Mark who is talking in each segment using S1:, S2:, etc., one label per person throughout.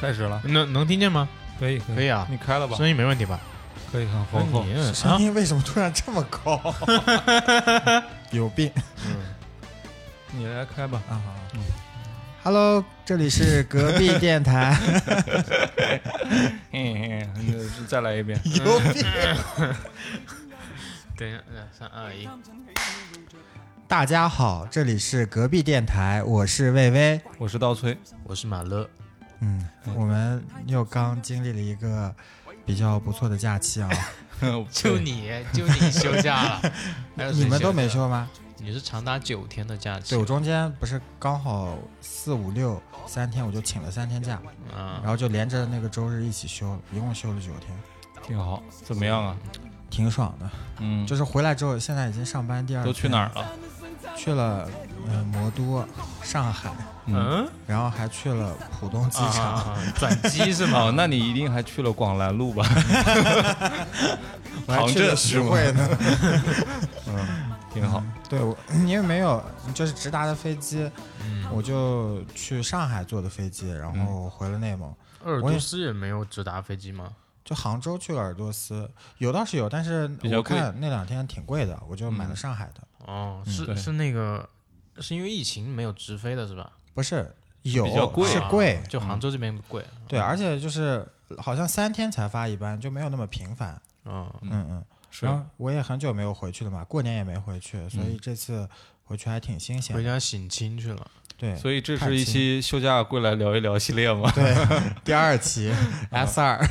S1: 开始了，
S2: 能能听见吗？
S1: 可以
S2: 可以啊，
S1: 你开了吧，
S2: 声音没问题吧？
S1: 可以很丰富。
S2: 哎你
S3: 声音为什么突然这么 高？有病
S1: 你来开吧，
S3: 啊！Hello，这里是隔壁电台，
S1: 嘿嘿，你再来一遍。
S3: 有病！
S2: 等一下，三二一，
S3: 大家好，这里是隔壁电台，我是魏巍。
S1: 我是刀 崔，
S2: 我是马乐，
S3: 嗯，我们又刚经历了一个比较不错的假期 啊，
S2: 就你就你休假 了，还有谁
S3: 你们都没
S2: 假，
S3: 休吗？
S2: 你是长达九天的假期，
S3: 对，我中间不是刚好四五六三天，我就请了三天假，
S2: 啊
S3: 然，后就连着那个周日一起休了，一共休了九天，
S1: 挺好，怎么样啊？
S3: 挺爽的。
S1: 嗯，
S3: 就是回来之后，现在已经上班第二
S1: 都
S3: 天
S1: 去哪儿了？
S3: 去了嗯、呃魔都、上海，
S1: 嗯，
S2: 嗯，
S3: 然后还去了浦东机
S2: 啊
S3: 场。
S2: 啊啊转 机是吗？
S1: 哦，那你一定还去了广兰路吧？
S3: 我还去了徐汇呢。
S1: 挺好，
S3: 对，我因为没有就是直达的飞机，
S1: 嗯
S3: 我就去上海坐的飞机，然后回了内蒙，
S2: 鄂尔
S3: 我也
S2: 多斯也没有直达飞机吗？
S3: 就杭州去了尔多斯，有倒是有，但是
S1: 比较
S3: 我
S1: 贵嗯
S3: 看那两天挺贵的，我就买了上海的，
S2: 哦，
S3: 嗯
S1: 对
S2: 是是那个，是因为疫情没有直飞的是吧？
S3: 不是有
S1: 比较贵
S3: 是
S2: 啊
S3: 贵，
S2: 就杭州这边贵。
S3: 对，啊而且就是好像三天才发一班，就没有那么频繁，
S2: 嗯，
S3: 嗯嗯。
S1: 是
S3: 然后我也很久没有回去了嘛，过年也没回去，所以这次回去还挺新鲜
S2: 嗯回
S3: 的。
S2: 家省亲去了。
S3: 对，
S1: 所以这是一期休假归来聊一聊系列嘛，
S3: 对 第二 期 S 二，
S2: 啊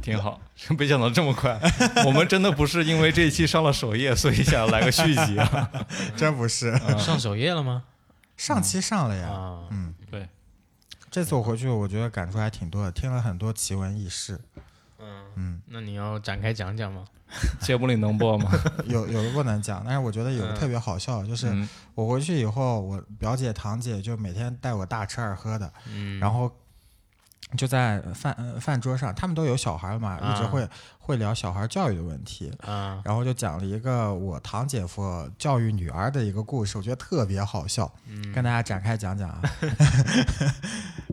S1: 挺好。 没想到这么快，我们真的不是因为这一期上了首页，所以想来个续集 啊。
S3: 真 不是
S2: 上首页了吗？
S3: 上期上了呀。
S2: 啊，
S1: 对，
S3: 这次我回去，我觉得感触还挺多的，听了很多奇闻异事。
S2: 嗯
S3: 嗯
S2: 那你要展开讲讲吗？
S1: 节目里能播吗？
S3: 有有的不能讲，但是我觉得有
S2: 嗯
S3: 个特别好笑，就是
S1: 嗯
S3: 我回去以后，我表姐堂姐就每天带我大吃二喝的，
S2: 嗯，
S3: 然后就在饭呃饭桌上，他们都有小孩了嘛，一直
S2: 啊
S3: 会会聊小孩教育的问题。
S2: 啊，
S3: 然后就讲了一个我堂姐夫教育女儿的一个故事，我觉得特别好笑，跟大家展开讲讲啊。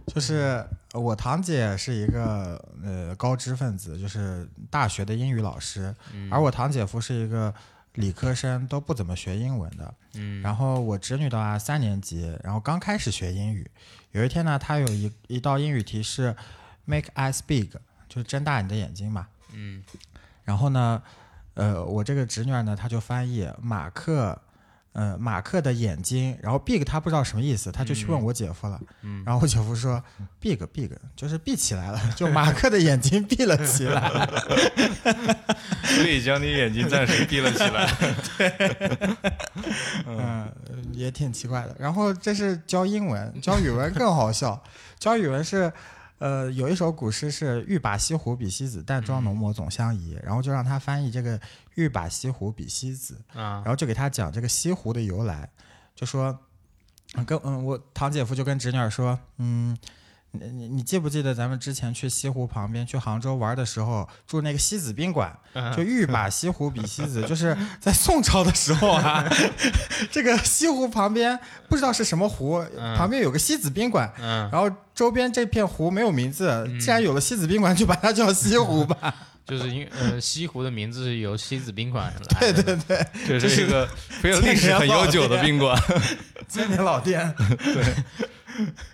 S3: 就是呃我堂姐是一个呃高知分子，就是大学的英语老师，
S2: 嗯
S3: 而我堂姐夫是一个理科生，都不怎么学英文的。
S2: 嗯，
S3: 然后我侄女的话三年级，然后刚开始学英语。有一天呢，她有一一道英语题是 “Make eyes big”，就是睁大你的眼睛嘛。
S2: 嗯，
S3: 然后呢，呃，我这个侄女儿呢，她就翻译马克，呃，马克的眼睛，然后 big 她不知道什么意思，她就去问我姐夫了。
S2: 嗯
S3: 然后我姐夫说 big big 就是闭起来了，就马克的眼睛闭了起来。
S1: 所以将你眼睛暂时闭了起来。
S3: 嗯、也挺奇怪的。然后这是教英文，教语文更好笑。教语文是，呃，有一首古诗是“欲把西湖比西子，淡妆浓抹总相宜”，然后就让他翻译这个“欲把西湖比西子”，
S2: 啊
S3: 然，后就给他讲这个西湖的由来，就说，嗯跟嗯我堂姐夫就跟侄女儿说，嗯。你你你记不记得咱们之前去西湖旁边去杭州玩的时候住那个西子宾馆，
S2: 嗯
S3: 就欲把西湖比 西子，就是在宋朝的时候啊，这个西湖旁边不知道是什么湖，旁边有个西子宾馆，
S2: 嗯，
S3: 然后周边这片湖没有名字，既然有了西子宾馆，就把它叫西湖吧。
S2: 就是因呃西湖的名字是由西子宾馆来的。对对，
S1: 这是一个非常历史很悠 久的宾馆。
S3: 千年老店，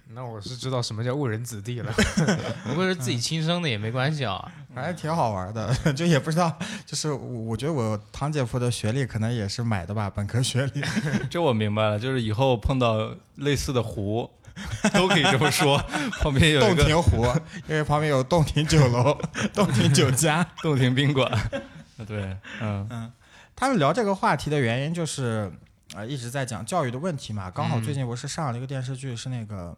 S2: 那我是知道什么叫误人子弟了， 不过是自己亲生的也没关系啊。
S3: 反正挺好玩的， 就也不知道，就是我我觉得我堂姐夫的学历可能也是买的吧，本科学历。
S1: 这我明白了，就是以后碰到类似的湖，都可以这么说。 旁边有一
S3: 洞
S1: 个
S3: 庭湖，因为旁边有洞庭酒楼、 洞庭酒家。
S1: 洞庭宾馆， 对，嗯
S3: 他们聊这个话题的原因就是，呃，一直在讲教育的问题嘛。
S1: 嗯
S3: 刚好最近不是上了一个电视剧，是那个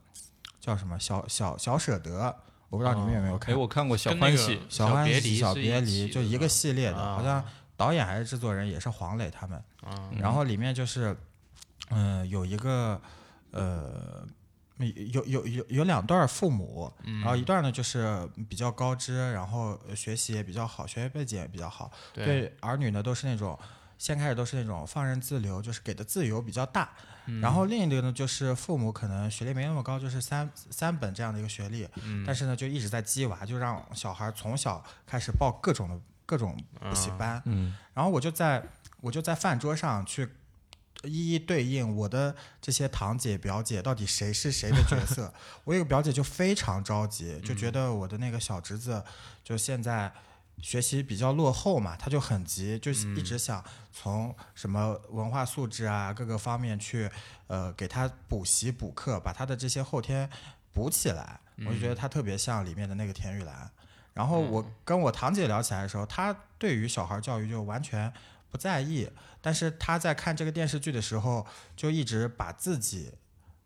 S3: 叫什么小小小舍得，我不知道你们有没有看
S1: 哎，。我看过《小
S2: 跟那
S1: 欢
S2: 个
S1: 喜》
S3: 小欢
S2: 别
S3: 喜、
S2: 离，
S3: 小别离，就一个系列的，
S2: 啊
S3: 好像导演还是制作人也是黄磊他们。
S2: 啊
S3: 然后里面就是，嗯、有一个呃，有有有有两对儿父母，
S2: 嗯
S3: 然后一对儿呢就是比较高知，然后学习也比较好，学业背景也比较好，
S2: 对
S3: 儿女呢都是那种。先开始都是那种放任自流，就是给的自由比较大。
S2: 嗯
S3: 然后另一个呢，就是父母可能学历没那么高，就是三三本这样的一个学历，
S2: 嗯
S3: 但是呢就一直在激娃，就让小孩从小开始报各种的各种补习班。
S1: 嗯
S3: 然后我就在我就在饭桌上去一一对应我的这些堂姐表姐到底谁是谁的角色。我有个表姐就非常着急，就觉得我的那个小侄子就现在。学习比较落后嘛，她就很急，就一直想从什么文化素质啊各个方面去，呃，给他补习补课，把他的这些后天补起来。我就觉得他特别像里面的那个田雨岚，然后我跟我堂姐聊起来的时候，她对于小孩教育就完全不在意，但是她在看这个电视剧的时候，就一直把自己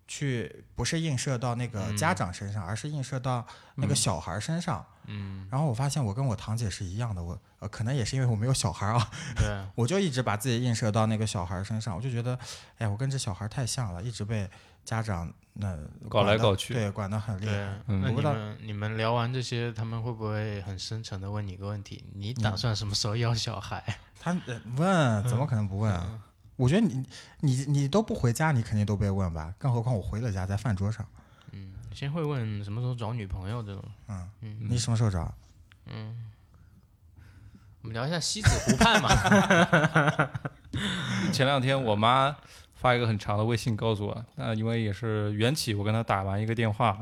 S3: 去不是映射到那个家长身上，而是映射到那个小孩身上。嗯。然后我发现我跟我堂姐是一样的，我呃可能也是因为我没有小孩啊，
S2: 对，
S3: 我就一直把自己映射到那个小孩身上，我就觉得，哎，我跟这小孩太像了，一直被家长那、
S1: 搞
S3: 管
S1: 来
S3: 得
S1: 搞去
S3: 对，管得很厉害
S2: 对。，
S1: 嗯
S2: 那
S3: 我
S2: 你
S3: 不知道
S2: 们你们聊完这些，他们会不会很深沉的问你一个问题？你
S3: 嗯
S2: 打算什么时候要小孩？
S3: 他呃问怎么可能不问啊？
S1: 嗯
S3: 我觉得你你你都不回家，你肯定都被问吧？更何况我回了家，在饭桌上。
S2: 嗯，先会问什么时候找女朋友这种。
S3: 嗯
S1: 嗯
S3: 你什么时候找？
S2: 我们聊一下西子湖畔 嘛。
S1: 前两天我妈发一个很长的微信告诉我，那因为也是缘起，我跟她打完一个电话，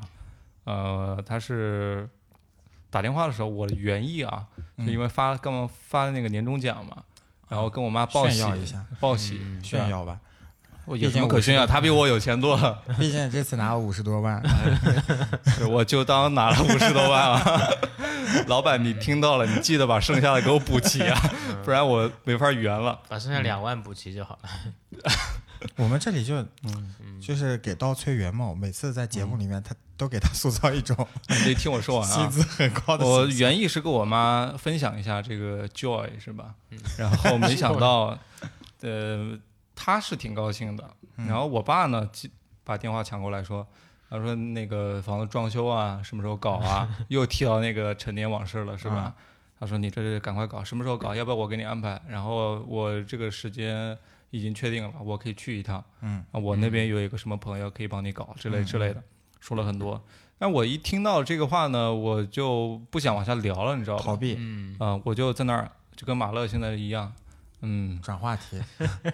S1: 呃，她是打电话的时候，我的原意啊，是
S3: 嗯
S1: 因为发刚刚发的那个年终奖嘛，然后跟我妈报
S3: 啊炫
S1: 喜
S3: 耀一下，
S1: 报喜，
S2: 嗯
S1: 对啊
S3: 炫，耀吧，
S1: 我有什么可炫耀？她比我有钱多了，
S3: 毕竟这次拿了五十 多万。
S1: 对我就当拿了五十多万啊。老板，你听到了，你记得把剩下的给我补齐啊，不然我没法圆了。
S2: 把
S3: 嗯
S2: 剩下两万补齐就好了。
S3: 我们这里就
S1: 嗯
S3: 就是给刀崔圆梦，每次在节目里面，他都给他塑造一种
S1: 你得听我说完啊。
S3: 薪资很高的
S1: 我
S3: 形象
S1: 原意是跟我妈分享一下这个 joy 是吧？然后没想到，呃，她是挺高兴的。然后我爸呢，记把电话抢过来说，他说那个房子装修啊，什么时候搞啊？又提到那个陈年往事了，是吧？他说你这赶快搞，什么时候搞？要不要我给你安排？然后我这个时间已经确定了，我可以去一趟。
S3: 嗯
S1: 啊，我那边有一个什么朋友可以帮你搞之类之类的，说了很多。但我一听到这个话呢，我就不想往下聊了，你知道
S3: 逃
S1: 吧？
S3: 避
S2: 嗯，
S1: 啊、我就在那儿就跟马乐现在一样，嗯
S3: 转话题。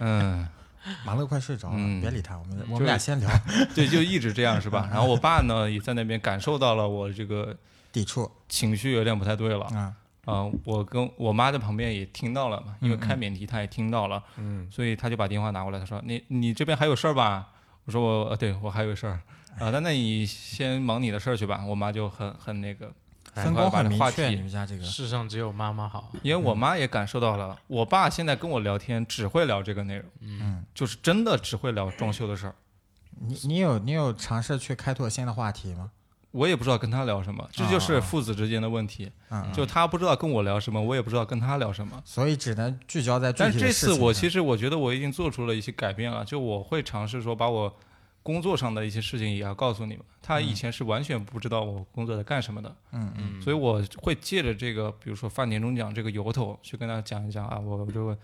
S1: 嗯，
S3: 马乐快睡着了，
S1: 嗯
S3: 别理他，我们我
S1: 就
S3: 们俩先聊。
S1: 对，就一直这样是吧？然后我爸呢也在那边感受到了我这个
S3: 抵触
S1: 情绪有点不太对了。
S3: 啊，
S1: 啊、我跟我妈在旁边也听到了嘛，因为
S3: 嗯
S1: 开免提她也听到了，
S4: 嗯，
S1: 所以她就把电话拿过来，她说：“你你这边还有事儿吧？”我说我：“呃，对我还有事儿啊、那那你先忙你的事儿去吧。”我妈就很很那个，
S3: 分工
S1: 把
S3: 很明
S1: 话
S3: 确。
S1: 题
S3: 你们嗯家这个
S2: 世上只有妈妈好。
S1: 因为我妈也感受到了，我爸现在跟我聊天只会聊这个内容，
S3: 嗯，
S1: 就是真的只会聊装修的事儿。
S3: 你你有你有尝试去开拓新的话题吗？
S1: 我也不知道跟他聊什么，这就是父子之间的问题。
S3: 啊嗯，嗯
S1: 就他不知道跟我聊什么，我也不知道跟他聊什么。
S3: 所以只能聚焦在具
S1: 但
S3: 体
S1: 是
S3: 的
S1: 这
S3: 事
S1: 次
S3: 情
S1: 我
S3: 上
S1: 其实我觉得我已经做出了一些改变了，就我会尝试说把我工作上的一些事情也要告诉你们。他以前是完全不知道我工作在干什么的，
S3: 嗯
S1: 嗯，所以我会借着这个，比如说发年终奖这个由头去跟他讲一讲啊，我这个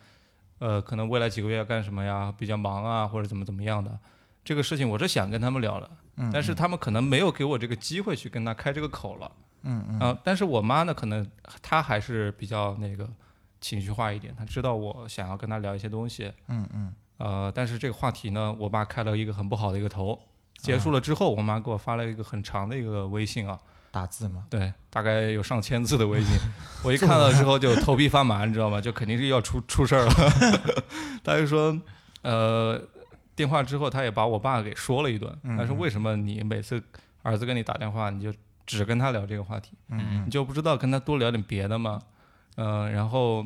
S1: 呃可能未来几个月要干什么呀，比较忙啊，或者怎么怎么样的。这个事情我是想跟他们聊的，
S3: 嗯
S1: 但是他们可能没有给我这个机会去跟他开这个口了。
S3: 嗯嗯，
S1: 啊、但是我妈呢，可能她还是比较那个情绪化一点，她知道我想要跟她聊一些东西，
S3: 嗯嗯，
S1: 呃，但是这个话题呢，我爸开了一个很不好的一个头。结束了之后，我妈给我发了一个很长的一个微信啊，
S3: 打字嘛，
S1: 对，大概有上千字的微 信，我一看到之后就头皮发麻，你知道吗？就肯定是要出出事儿了。 他就说，呃，电话之后他也把我爸给说了一顿，
S3: 嗯
S1: 他说为什么你每次儿子跟你打电话，你就只跟他聊这个话题？
S3: 嗯
S1: 你就不知道跟他多聊点别的吗？嗯、然后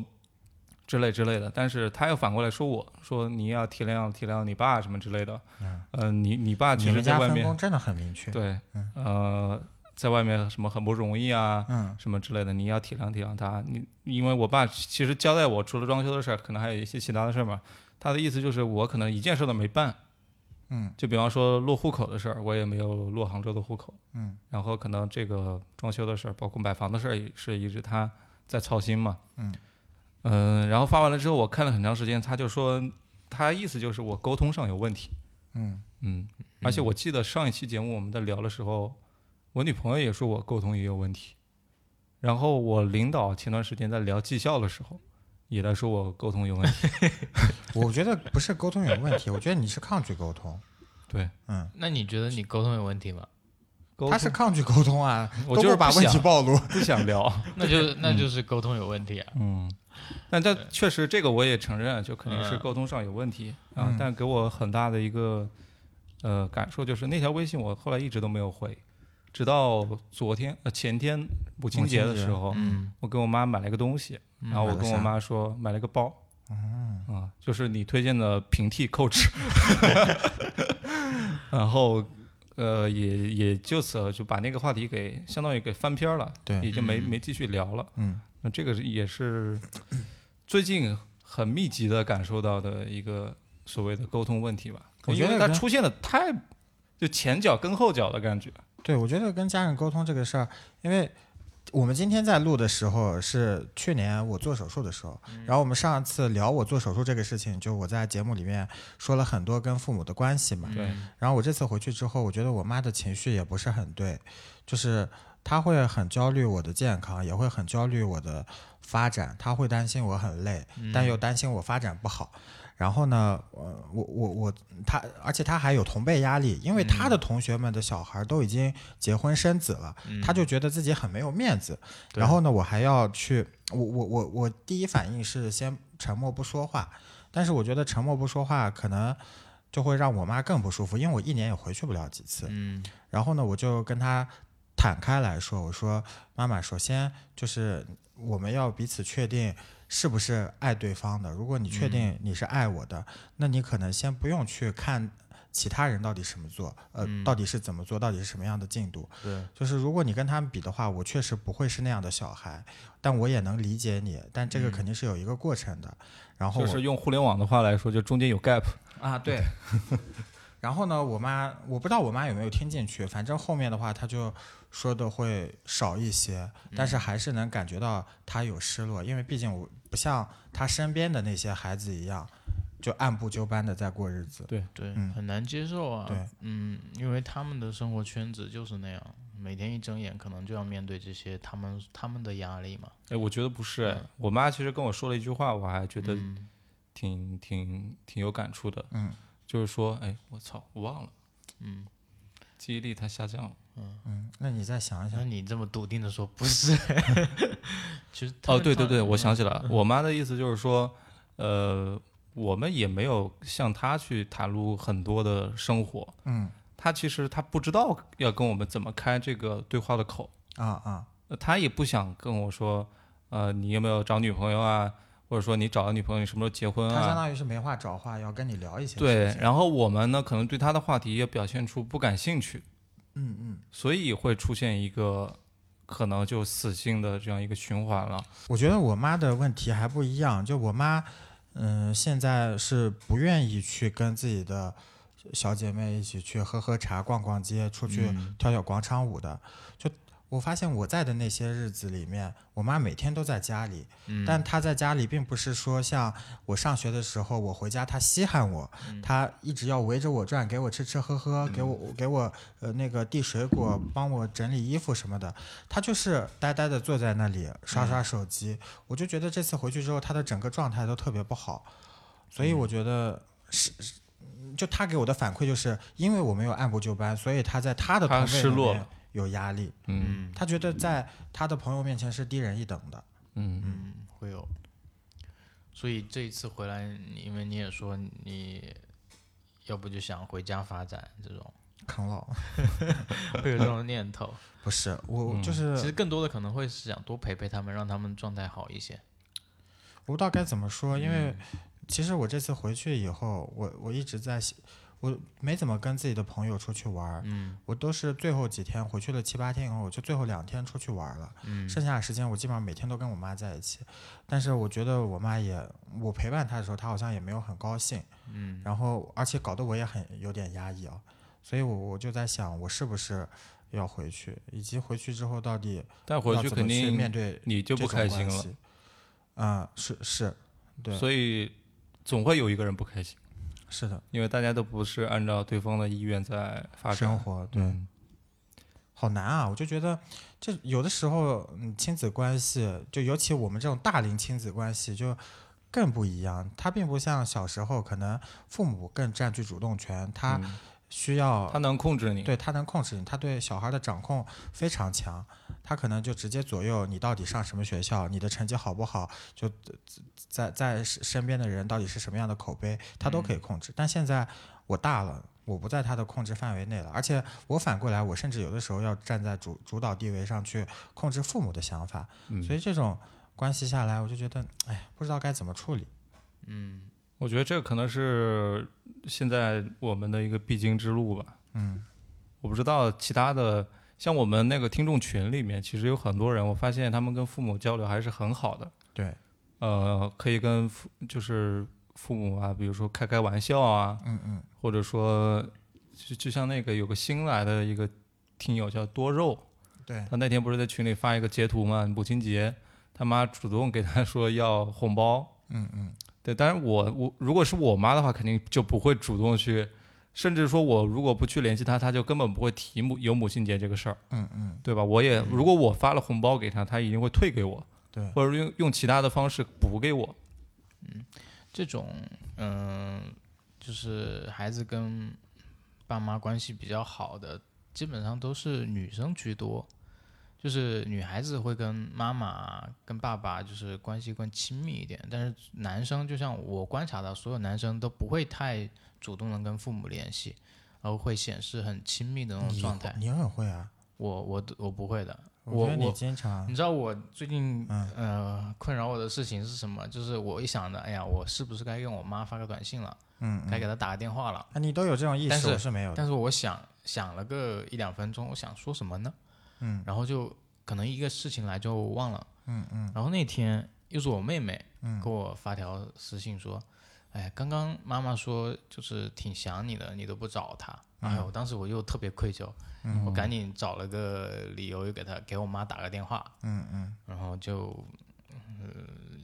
S1: 之类之类的。但是他又反过来说我说你要体谅体谅你爸什么之类的。
S3: 嗯
S1: 嗯、你你爸
S3: 嗯，你
S1: 其实
S3: 们
S1: 在
S3: 家
S1: 外
S3: 分
S1: 面
S3: 工真的很明确，
S1: 对
S3: 嗯，
S1: 呃，在外面什么很不容易啊，
S3: 嗯
S1: 什么之类的，你要体谅体谅他。你因为我爸其实交代我，除了装修的事儿，可能还有一些其他的事儿嘛。他的意思就是我可能一件事儿都没办，
S3: 嗯
S1: 就比方说落户口的事儿，我也没有落杭州的户口。
S3: 嗯
S1: 然后可能这个装修的事儿，包括买房的事儿，也是一直他在操心嘛。
S3: 嗯，
S1: 嗯、然后发完了之后，我看了很长时间，他就说他意思就是我沟通上有问题，
S3: 嗯
S1: 嗯，而且我记得上一期节目我们在聊的时候，我女朋友也说我沟通也有问题，然后我领导前段时间在聊绩效的时候，也在说我沟通有问题，
S3: 我觉得不是沟通有问题，我觉得你是抗拒沟通。
S1: 对，
S3: 嗯，
S2: 那你觉得你沟通有问题吗？
S1: 沟
S3: 他是抗拒沟通啊，
S1: 我
S3: 都
S1: 就是
S3: 不把
S1: 不
S3: 问题
S1: 想
S3: 暴露。
S1: 不想聊，
S2: 那就那就是沟通有问题啊。
S1: 嗯，但这确实这个我也承认啊，就肯定是
S2: 嗯
S1: 沟通上有问题啊。
S3: 嗯
S1: 但给我很大的一个呃感受就是，那条微信我后来一直都没有回，直到昨天呃前天母亲节的时候，
S2: 嗯，
S1: 我给我妈买了一个东西，
S3: 嗯
S1: 然后我跟我妈说买了个包。啊，就是你推荐的平替 Coach，然后呃，也也就此就把那个话题给相当于给翻篇儿了，
S3: 对
S1: 也就没
S2: 嗯
S1: 没继续聊了。
S3: 嗯，
S1: 那这个是也是最近很密集的感受到的一个所谓的沟通问题吧。
S3: 我觉得
S1: 因为它
S3: 跟
S1: 出现的太就前脚跟后脚的感觉。
S3: 对，我觉得跟家人沟通这个事儿，因为我们今天在录的时候是去年我做手术的时候，然后我们上次聊我做手术这个事情，就我在节目里面说了很多跟父母的关系嘛。
S1: 对
S3: 然后我这次回去之后，我觉得我妈的情绪也不是很对，就是她会很焦虑我的健康，也会很焦虑我的发展，她会担心我很累，但又担心我发展不好。然后呢，呃，我我我，她，而且她还有同辈压力，因为她的同学们的小孩都已经结婚生子了，
S2: 嗯
S3: 她嗯就觉得自己很没有面子。
S1: 对
S3: 然后呢，我还要去，我我我我第一反应是先沉默不说话，但是我觉得沉默不说话可能就会让我妈更不舒服，因为我一年也回去不了几次。
S2: 嗯
S3: 然后呢，我就跟她坦开来说，我说妈妈，首先就是我们要彼此确定是不是爱对方的。如果你确定你是爱我的，那你可能先不用去看。其他人到底什么做，呃，到底是怎么做，到底是什么样的进度？
S2: 对，
S3: 就是如果你跟他们比的话，我确实不会是那样的小孩，但我也能理解你，但这个肯定是有一个过程的。然
S1: 嗯
S3: 后
S1: 就
S3: 我
S1: 是用互联网的话来说，就中间有 gap。
S3: 啊，对。然后呢，我妈我不知道我妈有没有听进去，反正后面的话她就说的会少一些，但
S1: 嗯
S3: 是还是能感觉到她有失落，因为毕竟我不像她身边的那些孩子一样，就按部就班的在过日子。
S2: 对，
S3: 嗯
S2: 很难接受啊。
S3: 对，
S2: 嗯，因为他们的生活圈子就是那样，每天一睁眼可能就要面对这些他们他们的压力嘛。
S1: 哎，我觉得不是哎，我妈其实跟我说了一句话，我还觉得挺、挺挺有感触的。
S3: 嗯，
S1: 就是说，哎，我操，我忘了，
S2: 嗯，
S1: 记忆力它下降了。
S3: 嗯，那你再想一
S2: 那
S3: 想，
S2: 你这么笃定的说不 是？其实他
S1: 哦，
S2: 们
S1: 对对对，
S2: 他嗯们
S1: 我想起来了，我妈的意思就是说，呃，我们也没有向她去袒露很多的生活，
S3: 嗯
S1: 她其实她不知道要跟我们怎么开这个对话的口，
S3: 啊啊，
S1: 呃她也不想跟我说，呃，你有没有找女朋友啊，或者说你找了女朋友，你什么时候结婚
S3: 她相
S1: 啊？
S3: 当于是没话找话，要跟你聊一些事
S1: 对，
S3: 情
S1: 然后我们呢，可能对她的话题也表现出不感兴趣，
S3: 嗯嗯，
S1: 所以会出现一个可能就死性的这样一个循环了。
S3: 我觉得我妈的问题还不一样，就我妈，嗯、现在是不愿意去跟自己的小姐妹一起去喝喝茶、逛逛街、出去
S2: 嗯
S3: 嗯跳跳广场舞的。就我发现我在的那些日子里面，我妈每天都在家里，
S1: 嗯
S3: 但她在家里并不是说像我上学的时候，我回家她稀罕我，
S1: 嗯
S3: 她一直要围着我转，给我吃吃喝喝，给我给我呃那个递水果，帮我整理衣服什么的。她就是呆呆的坐在那里刷
S1: 嗯
S3: 刷手机，我就觉得这次回去之后，她的整个状态都特别不好，所以我
S1: 嗯
S3: 觉得是。是就她给我的反馈就是，因为我没有按部就班，所以她在她的
S1: 她
S3: 同辈
S1: 失
S3: 里
S1: 落
S3: 面
S1: 了
S3: 有压力。
S1: 嗯
S3: 她觉得在她的朋友面前是低人一等的。
S1: 嗯
S2: 嗯会有。所以这一次回来，你因为你也说你要不就想回家发展这 种，
S3: 啃老
S2: 会有这种念头。
S3: 不是我就是、
S2: 其实更多的可能会是想多陪陪他们，让他们状态好一些。
S3: 我不知道该怎么说，哦因
S2: 嗯
S3: 为其实我这次回去以后，我我一直在想，我没怎么跟自己的朋友出去玩儿，
S2: 嗯
S3: 我都是最后几天回去了七八天以后，我就最后两天出去玩儿了，
S2: 嗯
S3: 剩下的时间我基本上每天都跟我妈在一起，但是我觉得我妈也，我陪伴她的时候，她好像也没有很高兴，
S2: 嗯
S3: 然后而且搞得我也很有点压抑啊，所以我我就在想，我是不是要回去，以及回去之后到底
S1: 但回
S3: 要
S1: 去
S3: 怎么
S1: 肯
S3: 去
S1: 定
S3: 面对
S1: 你就不
S3: 这种
S1: 开心
S3: 关
S1: 了
S3: 系。啊，是是，对，
S1: 所以总会有一个人不开心，
S3: 是的，
S1: 因为大家都不是按照对方的意愿在发展
S3: 生。活对。
S1: 嗯
S3: 好难啊！我就觉得，这有的时候，嗯，亲子关系，就尤其我们这种大龄亲子关系，就更不一样。它并不像小时候，可能父母更占据主动权，他
S1: 嗯
S3: 需要，
S1: 他能控制你，
S3: 对他能控制你，他对小孩的掌控非常强，他可能就直接左右你到底上什么学校，你的成绩好不好，就在在身边的人到底是什么样的口碑，他都可以
S2: 嗯
S3: 控制。但现在我大了，我不在他的控制范围内了，而且我反过来，我甚至有的时候要站在主主导地位上去控制父母的想法，
S1: 嗯
S3: 所以这种关系下来，我就觉得，哎，不知道该怎么处理。
S2: 嗯，
S1: 我觉得这可能是现在我们的一个必经之路吧。
S3: 嗯
S1: 我不知道其他的，像我们那个听众群里面，其实有很多人，我发现他们跟父母交流还是很好的。
S3: 对，
S1: 呃，可以跟父就是父母啊，比如说开开玩笑啊，
S3: 嗯嗯，
S1: 或者说就就像那个有个新来的一个听友叫多肉，
S3: 对，
S1: 他那天不是在群里发一个截图嘛，母亲节，他妈主动给他说要红包，
S3: 嗯嗯，
S1: 对，当然我我如果是我妈的话，肯定就不会主动去，甚至说我如果不去联系她，她就根本不会提母有母亲节这个事儿，
S3: 嗯嗯，
S1: 对吧？我也如果我发了红包给她，她一定会退给我，
S3: 对，
S1: 或者用用其他的方式补给我。
S2: 这种嗯、就是孩子跟爸妈关系比较好的，基本上都是女生居多，就是女孩子会跟妈妈、跟爸爸就是关系更亲密一点，但是男生就像我观察到，所有男生都不会太主动的跟父母联系，而会显示很亲密的那种
S3: 你
S2: 状态。
S3: 你很会啊，
S2: 我我我不会的，
S3: 我觉得
S2: 我
S3: 你经常
S2: 你知道我最近、
S3: 嗯
S2: 呃困扰我的事情是什么？就是我一想着，哎呀，我是不是该跟我妈发个短信了，
S3: 嗯
S2: 该
S3: 嗯
S2: 给她打个电话了？
S3: 啊，你都有这种意
S2: 但
S3: 识，
S2: 是
S3: 我是没有的。
S2: 但是我想想了个一两分钟，我想说什么呢？
S3: 嗯
S2: 然后就可能一个事情来就忘了。
S3: 嗯嗯
S2: 然后那天又是我妹妹
S3: 嗯
S2: 给我发条私信说，哎，刚刚妈妈说就是挺想你的，你都不找她。哎
S3: 嗯
S2: 呦，当时我又特别愧疚，我赶紧找了个理由又给她给我妈打个电话。
S3: 嗯嗯
S2: 然后就、呃、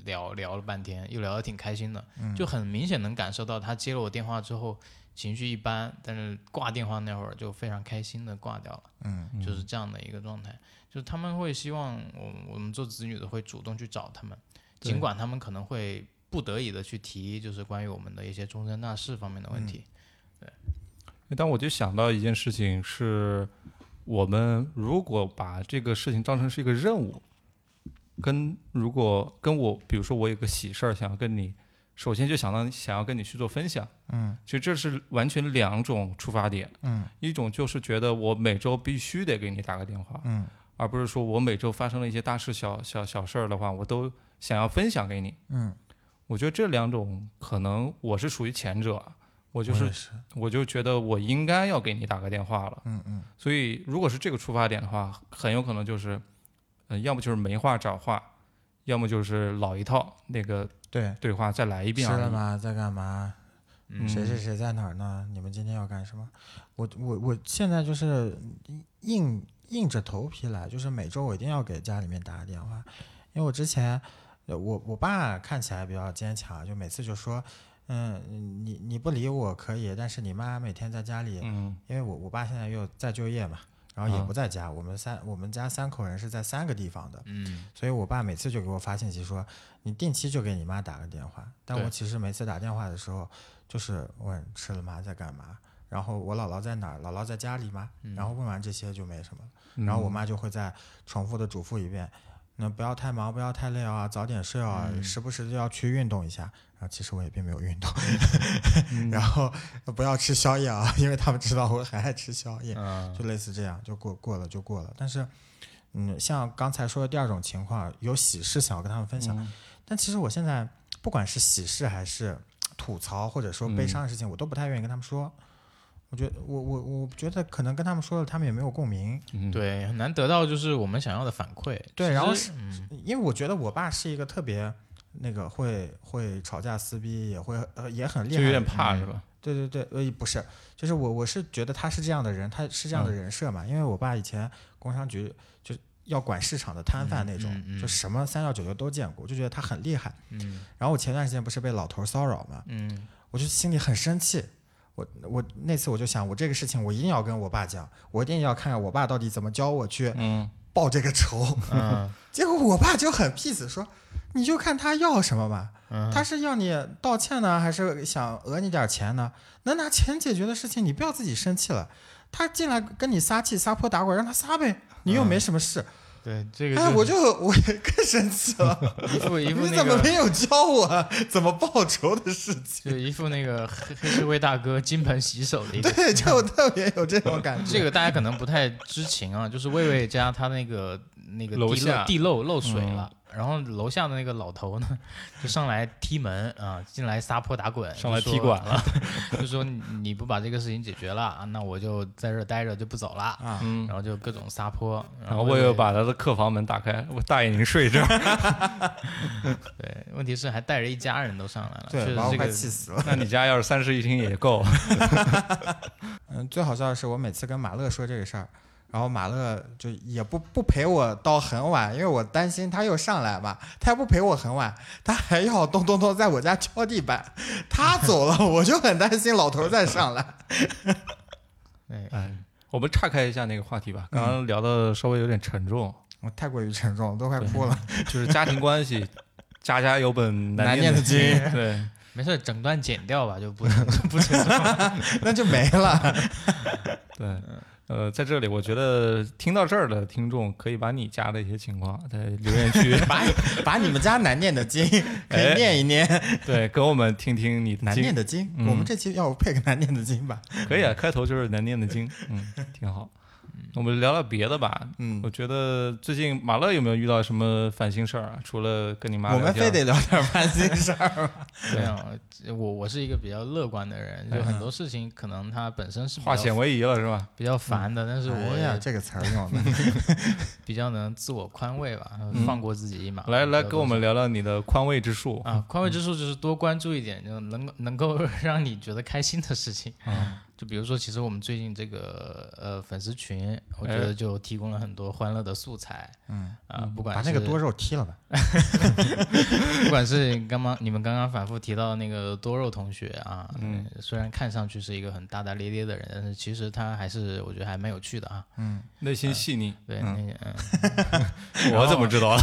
S2: 聊聊了半天，又聊得挺开心的，
S3: 嗯
S2: 就很明显能感受到他接了我电话之后情绪一般，但是挂电话那会儿就非常开心的挂掉了，
S3: 嗯
S2: 就是这样的一个状态。就是他们会希望我我们做子女的会主动去找他们，
S1: 对
S2: 尽管他们可能会不得已的去提，就是关于我们的一些终身大事方面的问题。
S1: 但我就想到一件事情是，我们如果把这个事情当成是一个任务，跟如果跟我，比如说我有个喜事儿想要跟你，首先就想到想要跟你去做分享，
S3: 嗯
S1: 其实这是完全两种出发点。
S3: 嗯
S1: 一种就是觉得我每周必须得给你打个电话，
S3: 嗯
S1: 而不是说我每周发生了一些大事小小小事儿的话，我都想要分享给你。
S3: 嗯，
S1: 我觉得这两种可能我是属于前者，我就
S3: 我
S1: 是
S3: 也是
S1: 我就觉得我应该要给你打个电话了。
S3: 嗯嗯
S1: 所以如果是这个出发点的话，很有可能就是，呃，要么就是没话找话，要么就是老一套那个
S3: 对，
S1: 对话再来一
S3: 吃
S1: 遍而
S3: 了
S1: 已。
S3: 吗？在干嘛？
S1: 嗯
S3: 谁谁谁在哪儿呢？你们今天要干什么？我我我现在就是硬硬着头皮来，就是每周我一定要给家里面打个电话，因为我之前呃我我爸看起来比较坚强，就每次就说。嗯，你你不理我可以，但是你妈每天在家里，
S1: 嗯
S3: 因为我我爸现在又在就业嘛，然后也
S1: 嗯
S3: 不在家，我们三我们家三口人是在三个地方的，
S2: 嗯，
S3: 所以我爸每次就给我发信息说，你定期就给你妈打个电话。但我
S2: 对
S3: 其实每次打电话的时候，就是问吃了吗，在干嘛，然后我姥姥在哪儿，姥姥在家里吗？
S2: 嗯
S3: 然后问完这些就没什么了。
S1: 嗯
S3: 然后我妈就会再重复的嘱咐一遍，那不要太忙，不要太累啊，早点睡啊，
S1: 嗯
S3: 时不时就要去运动一下。然后其实我也并没有运动，
S1: 嗯
S3: 然后不要吃宵夜啊，因为他们知道我还爱吃宵夜。
S2: 嗯
S1: 啊
S3: 就类似这样，就过过了就过了。但是，嗯，像刚才说的第二种情况，有喜事想要跟他们分享，
S1: 嗯
S3: 但其实我现在不管是喜事还是吐槽或者说悲
S1: 嗯
S3: 伤的事情，我都不太愿意跟他们说。我觉得我我我觉得可能跟他们说了，他们也没有共鸣，
S1: 嗯
S2: 对，很难得到就是我们想要的反馈。
S3: 对
S2: 其
S3: 然后
S2: 实嗯
S3: 因为我觉得我爸是一个特别那个会会吵架撕逼，也会呃也很厉
S1: 嗯就
S3: 害的
S1: 有点
S3: 人
S1: 怕是吧？
S3: 对对对，呃，不是，就是
S2: 嗯
S3: 我我是觉得他是这样的人，他是这样的人设嘛，因为我爸以前工商局就要管市场的摊贩那种，
S2: 嗯嗯嗯
S3: 就什么三教九流都见过，就觉得他很厉害。
S2: 嗯
S3: 然后我前段时间不是被老头骚扰嘛，
S2: 嗯
S3: 我就心里很生气。我我那次我就想，我这个事情我一定要跟我爸讲，我一定要看看我爸到底怎么教我去
S1: 嗯
S3: 报这个仇。
S2: 嗯
S3: 结果我爸就很 peace 说，你就看他要什么吧，
S2: 嗯，
S3: 他是要你道歉呢，还是想讹你点钱呢？能拿钱解决的事情，你不要自己生气了。他进来跟你撒气、撒泼打滚，让他撒呗，你又没什么事。
S2: 对嗯这个
S3: 哎，
S2: 是
S3: 我就 我也更生气 了，
S2: 一副一副
S3: 你
S2: 那
S3: 怎么
S2: 个，
S3: 没有教我 怎么报仇的事 情？
S2: 就一副那个黑黑社会大哥金盆洗手的一个
S3: 对，就特别有这种感觉。
S2: 这个大家可能不太知情啊，就是魏魏家他那个那个地
S1: 楼下嗯
S2: 地漏漏水了，然后楼下的那个老头呢，就上来踢门啊，进来撒泼打滚，
S1: 上来
S2: 就说
S1: 踢馆
S2: 了，就说你你不把这个事情解决了，啊那我就在这儿待着就不走了。
S3: 啊，
S1: 嗯
S2: 然。后就各种撒泼，
S1: 然后
S2: 魏
S1: 我又把他的客房门打开，我大爷您睡这儿，
S2: 对，问题是还带着一家人都上来了，确
S3: 对，
S2: 实
S3: 把我
S2: 这
S3: 快
S2: 个
S3: 气死 了。
S1: 那你家要是三室一厅也 够。
S3: 嗯，最好笑的是，我每次跟马乐说这个事儿，然后马乐就也不不陪我到很晚，因为我担心他又上来嘛，他也不陪我很晚，他还要咚咚咚在我家敲地板。他走了，我就很担心老头儿再上来。
S2: 对
S1: 哎，我们岔开一下那个话题吧，刚刚聊的稍微有点沉重，
S3: 我太过于沉重，都快哭了。
S1: 就是家庭关系， 家家有本念
S3: 难念的
S1: 经。
S3: 经，
S1: 对，
S2: 没事，整段剪掉吧，就不 不沉重了。
S3: 那就没了。
S1: 对，呃，在这里，我觉得听到这儿的听众可以把你家的一些情况在留言 区
S3: 把把你们家难念的经可
S1: 哎
S3: 以念一念，
S1: 对跟我们听听你的
S3: 难
S1: 经
S3: 念的经，
S1: 嗯
S3: 我们这期要配个难念的经吧。
S1: 可以啊，开头就是难念的经，嗯，挺好。我们聊聊别的吧。
S3: 嗯
S1: 我，觉得最近马乐有没有遇到什么烦心事儿啊？除了跟你妈
S3: 我
S1: 聊天，
S3: 们非得聊点 烦心事儿 吗？
S2: 没有，我我是一个比较乐观的人，就很多事情可能它本身是比较
S1: 化险为夷了是吧？
S2: 比较烦的，但是我
S3: 哎呀，
S2: 也
S3: 这个词儿 用的。
S2: 比较能自我宽慰吧，
S1: 嗯
S2: 放过自己一马。
S1: 来来，
S2: 啊比较多
S1: 跟我们聊聊你的宽慰之术。
S2: 啊，宽慰之术就是多关注一点，就能够能够 让你觉得开心的事情。
S1: 嗯
S2: 就比如说，其实我们最近这个呃粉丝群，我觉
S1: 哎
S2: 得就提供了很多欢乐的素材。
S3: 嗯
S2: 啊，不管
S3: 把那
S2: 是
S3: 个多肉踢了吧。
S2: 不管是刚刚你们刚刚反复提到的那个多肉同学啊，
S1: 嗯
S2: 虽然看上去是一个很大大咧咧的人，但是其实他还是我觉得还蛮有趣的啊。
S3: 嗯，
S1: 内心细腻，
S2: 对，
S1: 嗯
S2: 那个嗯，
S1: 我怎么知道？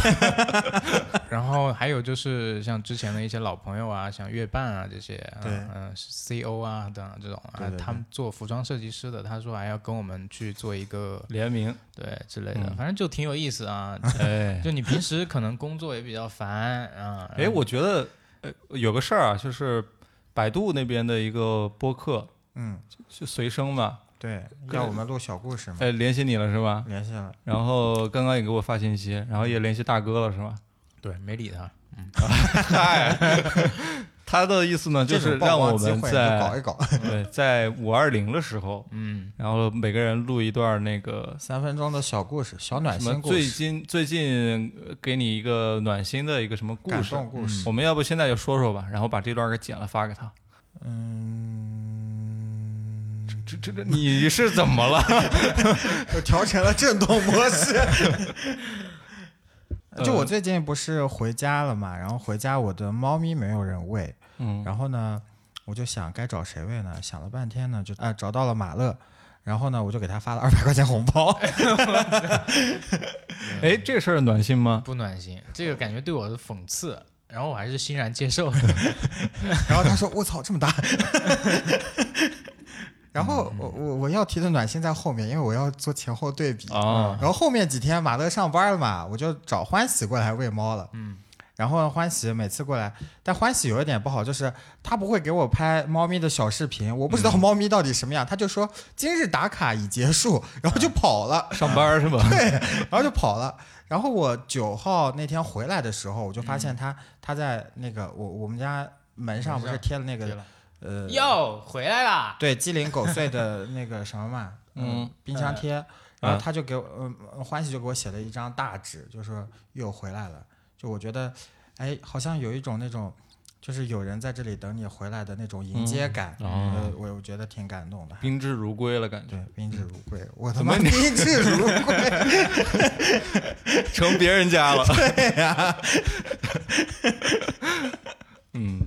S2: 然后还有就是像之前的一些老朋友啊，像月半啊这些，
S3: 对
S2: 嗯、c o 啊等等这种啊，
S3: 对对对
S2: 他们做服装设计师的，他说还要跟我们去做一个
S1: 联名，
S2: 对之类的，
S1: 嗯
S2: 反正就挺有意思啊。
S1: 哎
S2: 就你平时可能工作也比较烦啊，
S1: 哎，我觉得呃有个事儿啊，就是百度那边的一个播客，
S3: 嗯，
S1: 就随声嘛，
S3: 对，
S1: 嗯对
S3: 让我们录小故事嘛，
S1: 哎，联系你了是吧？
S3: 联系了。
S1: 然后刚刚也给我发信息，然后也联系大哥了是吧？
S2: 对没理他，
S1: 嗨，他的意思呢，就
S3: 这
S1: 是
S3: 种
S1: 让
S3: 曝
S1: 我
S3: 光机
S1: 们
S3: 会就搞
S1: 在
S3: 一 搞，
S1: 对在五二零的时候，
S2: 嗯。
S1: 然后每个人录一段那个
S3: 三分钟的小故事，小暖
S1: 什么
S3: 心故
S1: 最
S3: 事，
S1: 近最近呃给你一个暖心的一个什么故
S3: 感
S1: 事。
S3: 动故事。
S1: 我们要不现在就说说吧，然后把这段给剪了发给他。
S3: 嗯，
S1: 这这这你是怎么了？嗯
S3: 我调成了震动模 式。
S1: 呃
S3: 就
S1: 嗯
S3: 我最近不是回家了嘛，然后回家我的猫咪没有人喂，
S1: 嗯，
S3: 然后呢，我就想该找谁喂呢？想了半天呢，就啊、找到了马乐，然后呢我就给他发了二百块钱红包。
S1: 哎，这事儿暖心吗？
S2: 不暖心，这个感觉对我的讽刺，然后我还是欣然接受。
S3: 然后他说：“我操，这么大！”然后我我我要提的暖心在后面，因为我要做前后对比。
S1: 啊
S3: 然，后后面几天马乐上班了嘛，我就找欢喜过来喂猫了。
S2: 嗯，
S3: 然后欢喜每次过来，但欢喜有一点不好，就是他不会给我拍猫咪的小视频，我不知道猫咪到底什么样，他就说今日打卡已结束，然后就跑了。
S1: 上班是吧？
S3: 然后就跑了。然后我九号那天回来的时候，我就发现他、他在那个我我们家嗯门上不是贴了那
S2: 对
S3: 个
S2: 了，
S3: 呃
S2: 哟，回来啦！
S3: 对鸡零狗碎的那个什么嘛，
S1: 嗯，
S3: 冰箱贴。然后他就给我，嗯，欢喜就给我写了一张大纸，就说又回来了。就我觉得，哎，好像有一种那种就是有人在这里等你回来的那种迎接感，
S4: 嗯
S1: 啊
S4: 哦
S3: 呃，我我觉得挺感动的。
S1: 宾至如归了，感觉
S3: 对，宾至如归，我他
S1: 嗯怎
S3: 妈
S1: 么你
S3: 宾至如归，
S1: 成别人家了。对呀、嗯，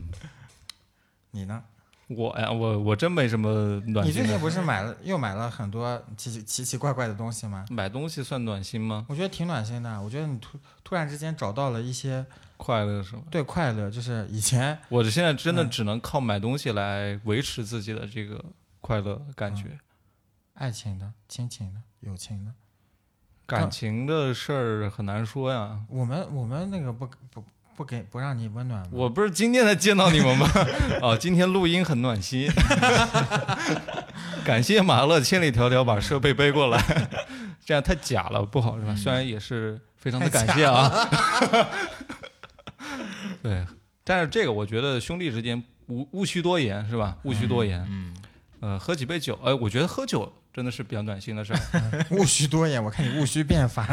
S3: 你呢？
S1: 我呀，我我真没什么暖
S3: 你
S1: 心
S3: 最
S1: 的。
S3: 近不是买了又买了很多奇奇奇奇怪怪的东西吗？
S1: 买东西算暖心吗？
S3: 我觉得挺暖心的。我觉得你突突然之间找到了一些
S1: 快乐是吗？
S3: 对快乐，就是以前
S1: 我现在真的
S3: 嗯
S1: 只能靠买东西来维持自己的这个快乐感觉。
S3: 爱情的、亲情的、友情的，
S1: 感情的事儿很难说呀。
S3: 我们我们那个不不不给不让你温暖吗？
S1: 我不是今天才见到你们吗？哦，今天录音很暖心，感谢马乐千里迢迢把设备背过来，这样太假了，不好是吧？虽然也是非常的感谢啊。 对，但是这个我觉得兄弟之间无无需多言是吧？无需多言，
S2: 嗯，
S1: 呃，喝几杯酒，哎、我觉得喝酒真的是比较暖心的事儿。
S3: 务虚多言，我看你务虚变法。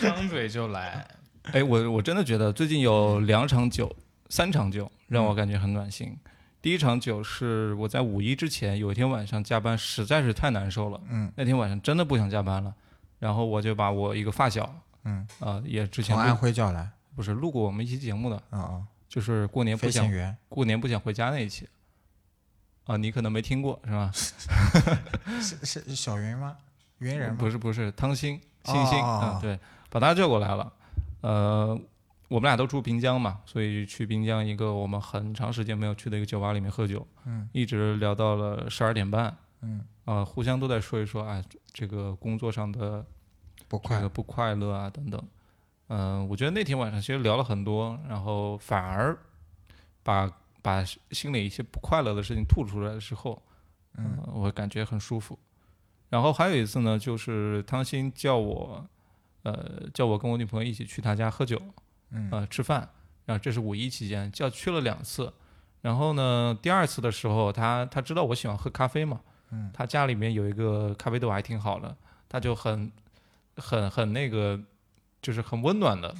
S2: 张嘴就来，
S1: 哎，我我真的觉得最近有两场酒，三场酒让
S3: 嗯
S1: 我感觉很暖心。第一场酒是我在五一之前有一天晚上加班实在是太难受了，
S3: 嗯
S1: 那天晚上真的不想加班了，然后我就把我一个发小
S3: 嗯，
S1: 啊、呃也之前
S3: 从安
S1: 录
S3: 徽叫来啊
S1: 不是录过我们一期节目的，
S3: 啊、哦
S1: 就是过年不
S3: 飞行
S1: 想
S3: 员
S1: 过年不想回家那一期。啊，你可能没听过是吧？
S3: 是是小云吗？云人吗？
S1: 不是不是，汤欣欣欣
S3: 哦哦
S1: 啊
S3: 哦，
S1: 对，把他叫过来了。呃，我们俩都住滨江嘛，所以去滨江一个我们很长时间没有去的一个酒吧里面喝酒，
S3: 嗯
S1: 一直聊到了十二点半。
S3: 嗯，
S1: 啊，互相都在说一说啊，这个工作上的
S3: 不
S1: 这
S3: 快
S1: 个不快乐啊等等。嗯、我觉得那天晚上其实聊了很多，然后反而把把心里一些不快乐的事情吐出来之后，
S3: 嗯
S1: 呃我感觉很舒服。然后还有一次呢，就是汤欣叫我，呃，叫我跟我女朋友一起去她家喝酒，
S3: 嗯
S1: 呃，吃饭。然后这是五一期间，叫去了两次。然后呢，第二次的时候，她她知道我喜欢喝咖啡嘛，
S3: 嗯
S1: 她家里面有一个咖啡豆还挺好的，她就很很很那个，就是很温暖的。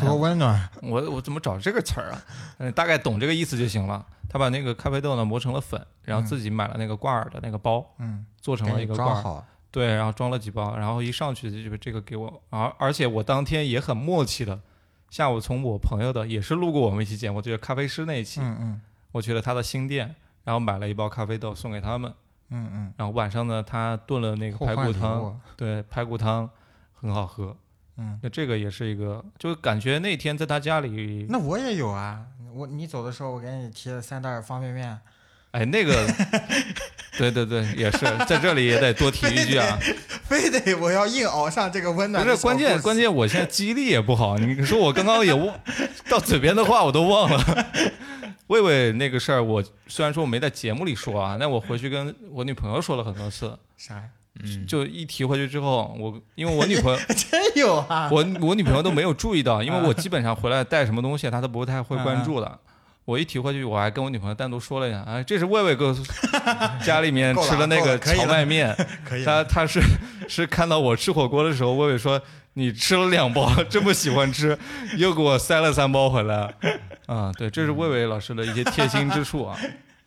S3: 多温暖。
S1: 我我怎呃么找这个词儿啊？嗯，大概懂这个意思就行了。她把那个咖啡豆呢磨成了粉，然后自己买了那个挂耳的那个包，
S3: 嗯，
S1: 做成
S3: 给
S1: 了
S3: 你
S1: 一个罐
S3: 装
S1: 儿，
S3: 好。
S1: 对，然后装了几包，然后一上去就这个给我，而而且我当天也很默契的，下午从我朋友的也是路过我们一期节目，就是咖啡师那一期，
S3: 嗯嗯
S1: 我去了他的新店，然后买了一包咖啡豆送给他们，
S3: 嗯
S1: 然后晚上呢，他炖了那
S3: 嗯，
S1: 个
S3: 互
S1: 排
S3: 换
S1: 骨
S3: 礼
S1: 汤，
S3: 物。
S1: 对，排骨汤很好喝，
S3: 嗯，
S1: 那这个也是一个，就感觉那天在他家里，
S3: 那我也有啊。我你走的时候，我给你提了三袋儿方便面。
S1: 哎，那个，对对对，也是在这里也得多提一句 啊，
S3: 非得我要硬熬上这个温暖
S1: 不
S3: 的
S1: 是
S3: 小
S1: 关键，
S3: 故事
S1: 关键我现在记忆力也不好。你说我刚刚也忘到嘴边的话我都忘了。 魏魏那个事儿，我虽然说我没在节目里说啊，但我回去跟我女朋友说了很多次。
S3: 啥 呀？
S2: 嗯，
S1: 就一提回去之后，我因为我女朋友，
S3: 真有 啊！
S1: 我我女朋友都没有注意到，因为
S3: 嗯
S1: 我基本上回来带什么东西，她都不太会关注的。我一提回去，我还跟我女朋友单独说了一下，哎，这是魏魏给我家里面吃的那
S3: 够了够
S1: 个
S3: 了可以了
S1: 荞麦面，
S3: 可以
S1: 他
S3: 了，
S1: 他是是看到我吃火锅的时候，魏魏说你吃了两包，这么喜欢吃，又给我塞了三包回来。啊，对，这是魏魏老师的一些贴心之处啊。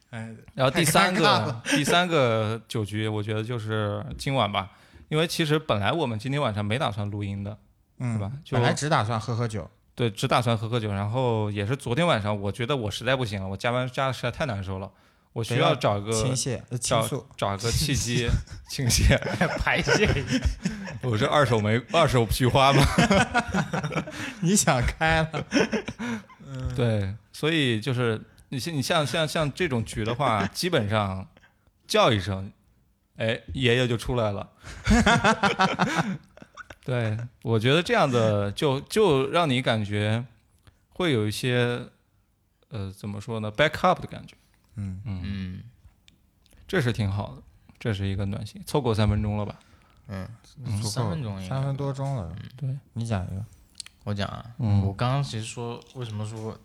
S3: 哎，
S1: 然后第三
S3: 太尴尬
S1: 个
S3: 了
S1: 第三个酒局，我觉得就是今晚吧，因为其实本来我们今天晚上没打算录音的，
S3: 嗯
S1: 是吧就
S3: 本来只打算喝喝酒，
S1: 对，只打算喝喝酒。然后也是昨天晚上，我觉得我实在不行了，我加班加的实在太难受了，我需
S3: 得
S1: 要
S3: 要
S1: 找个
S3: 倾泻、呃倾
S1: 找
S3: 诉。
S1: 找个契机倾泻。
S3: 嗯
S2: 排泄一下，
S1: 我是二手玫二手菊花吗？
S3: 你想开了，
S1: 对，所以就是你像你像像像这种局的话，基本上叫一声，哎，爷爷就出来了。 对，我觉得这样的就就让你感觉会有一些呃怎么说呢，back up 的感觉，
S3: 嗯，
S2: 嗯
S1: 这是挺好的，这是一个暖心。凑够三分钟了吧？
S2: 嗯，
S3: 足够
S2: 三分
S3: 了
S2: 钟应该嗯
S3: 三分多钟了。
S1: 对，
S3: 你讲一个，
S2: 我讲啊，
S1: 嗯
S2: 我刚刚其实说为什么说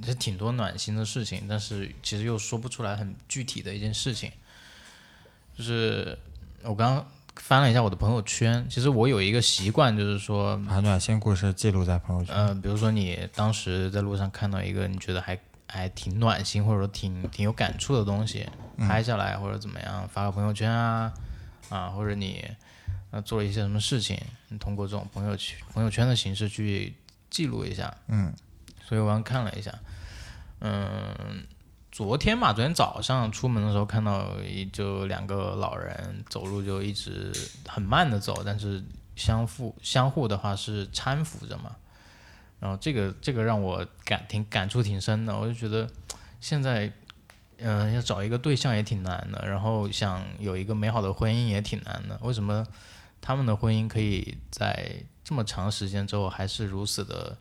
S2: 这挺多暖心的事情，但是其实又说不出来很具体的一件事情，就是我刚刚翻了一下我的朋友圈，其实我有一个习惯，就是说，
S3: 把暖心故事记录在朋友圈。
S2: 嗯呃，比如说你当时在路上看到一个你觉得还还挺暖心，或者说挺挺有感触的东西，拍下来或者怎么样，发个朋友圈啊，啊，或者你呃做了一些什么事情，你通过这种朋友圈朋友圈的形式去记录一下。
S3: 嗯，
S2: 所以我刚看了一下，嗯，昨天吧，昨天早上出门的时候看到一就两个老人走路就一直很慢的走，但是相互相互的话是搀扶着嘛，然后这个这个让我感挺感触挺深的，我就觉得现在。嗯、要找一个对象也挺难的，然后想有一个美好的婚姻也挺难的。为什么他们的婚姻可以在这么长时间之后还是如此的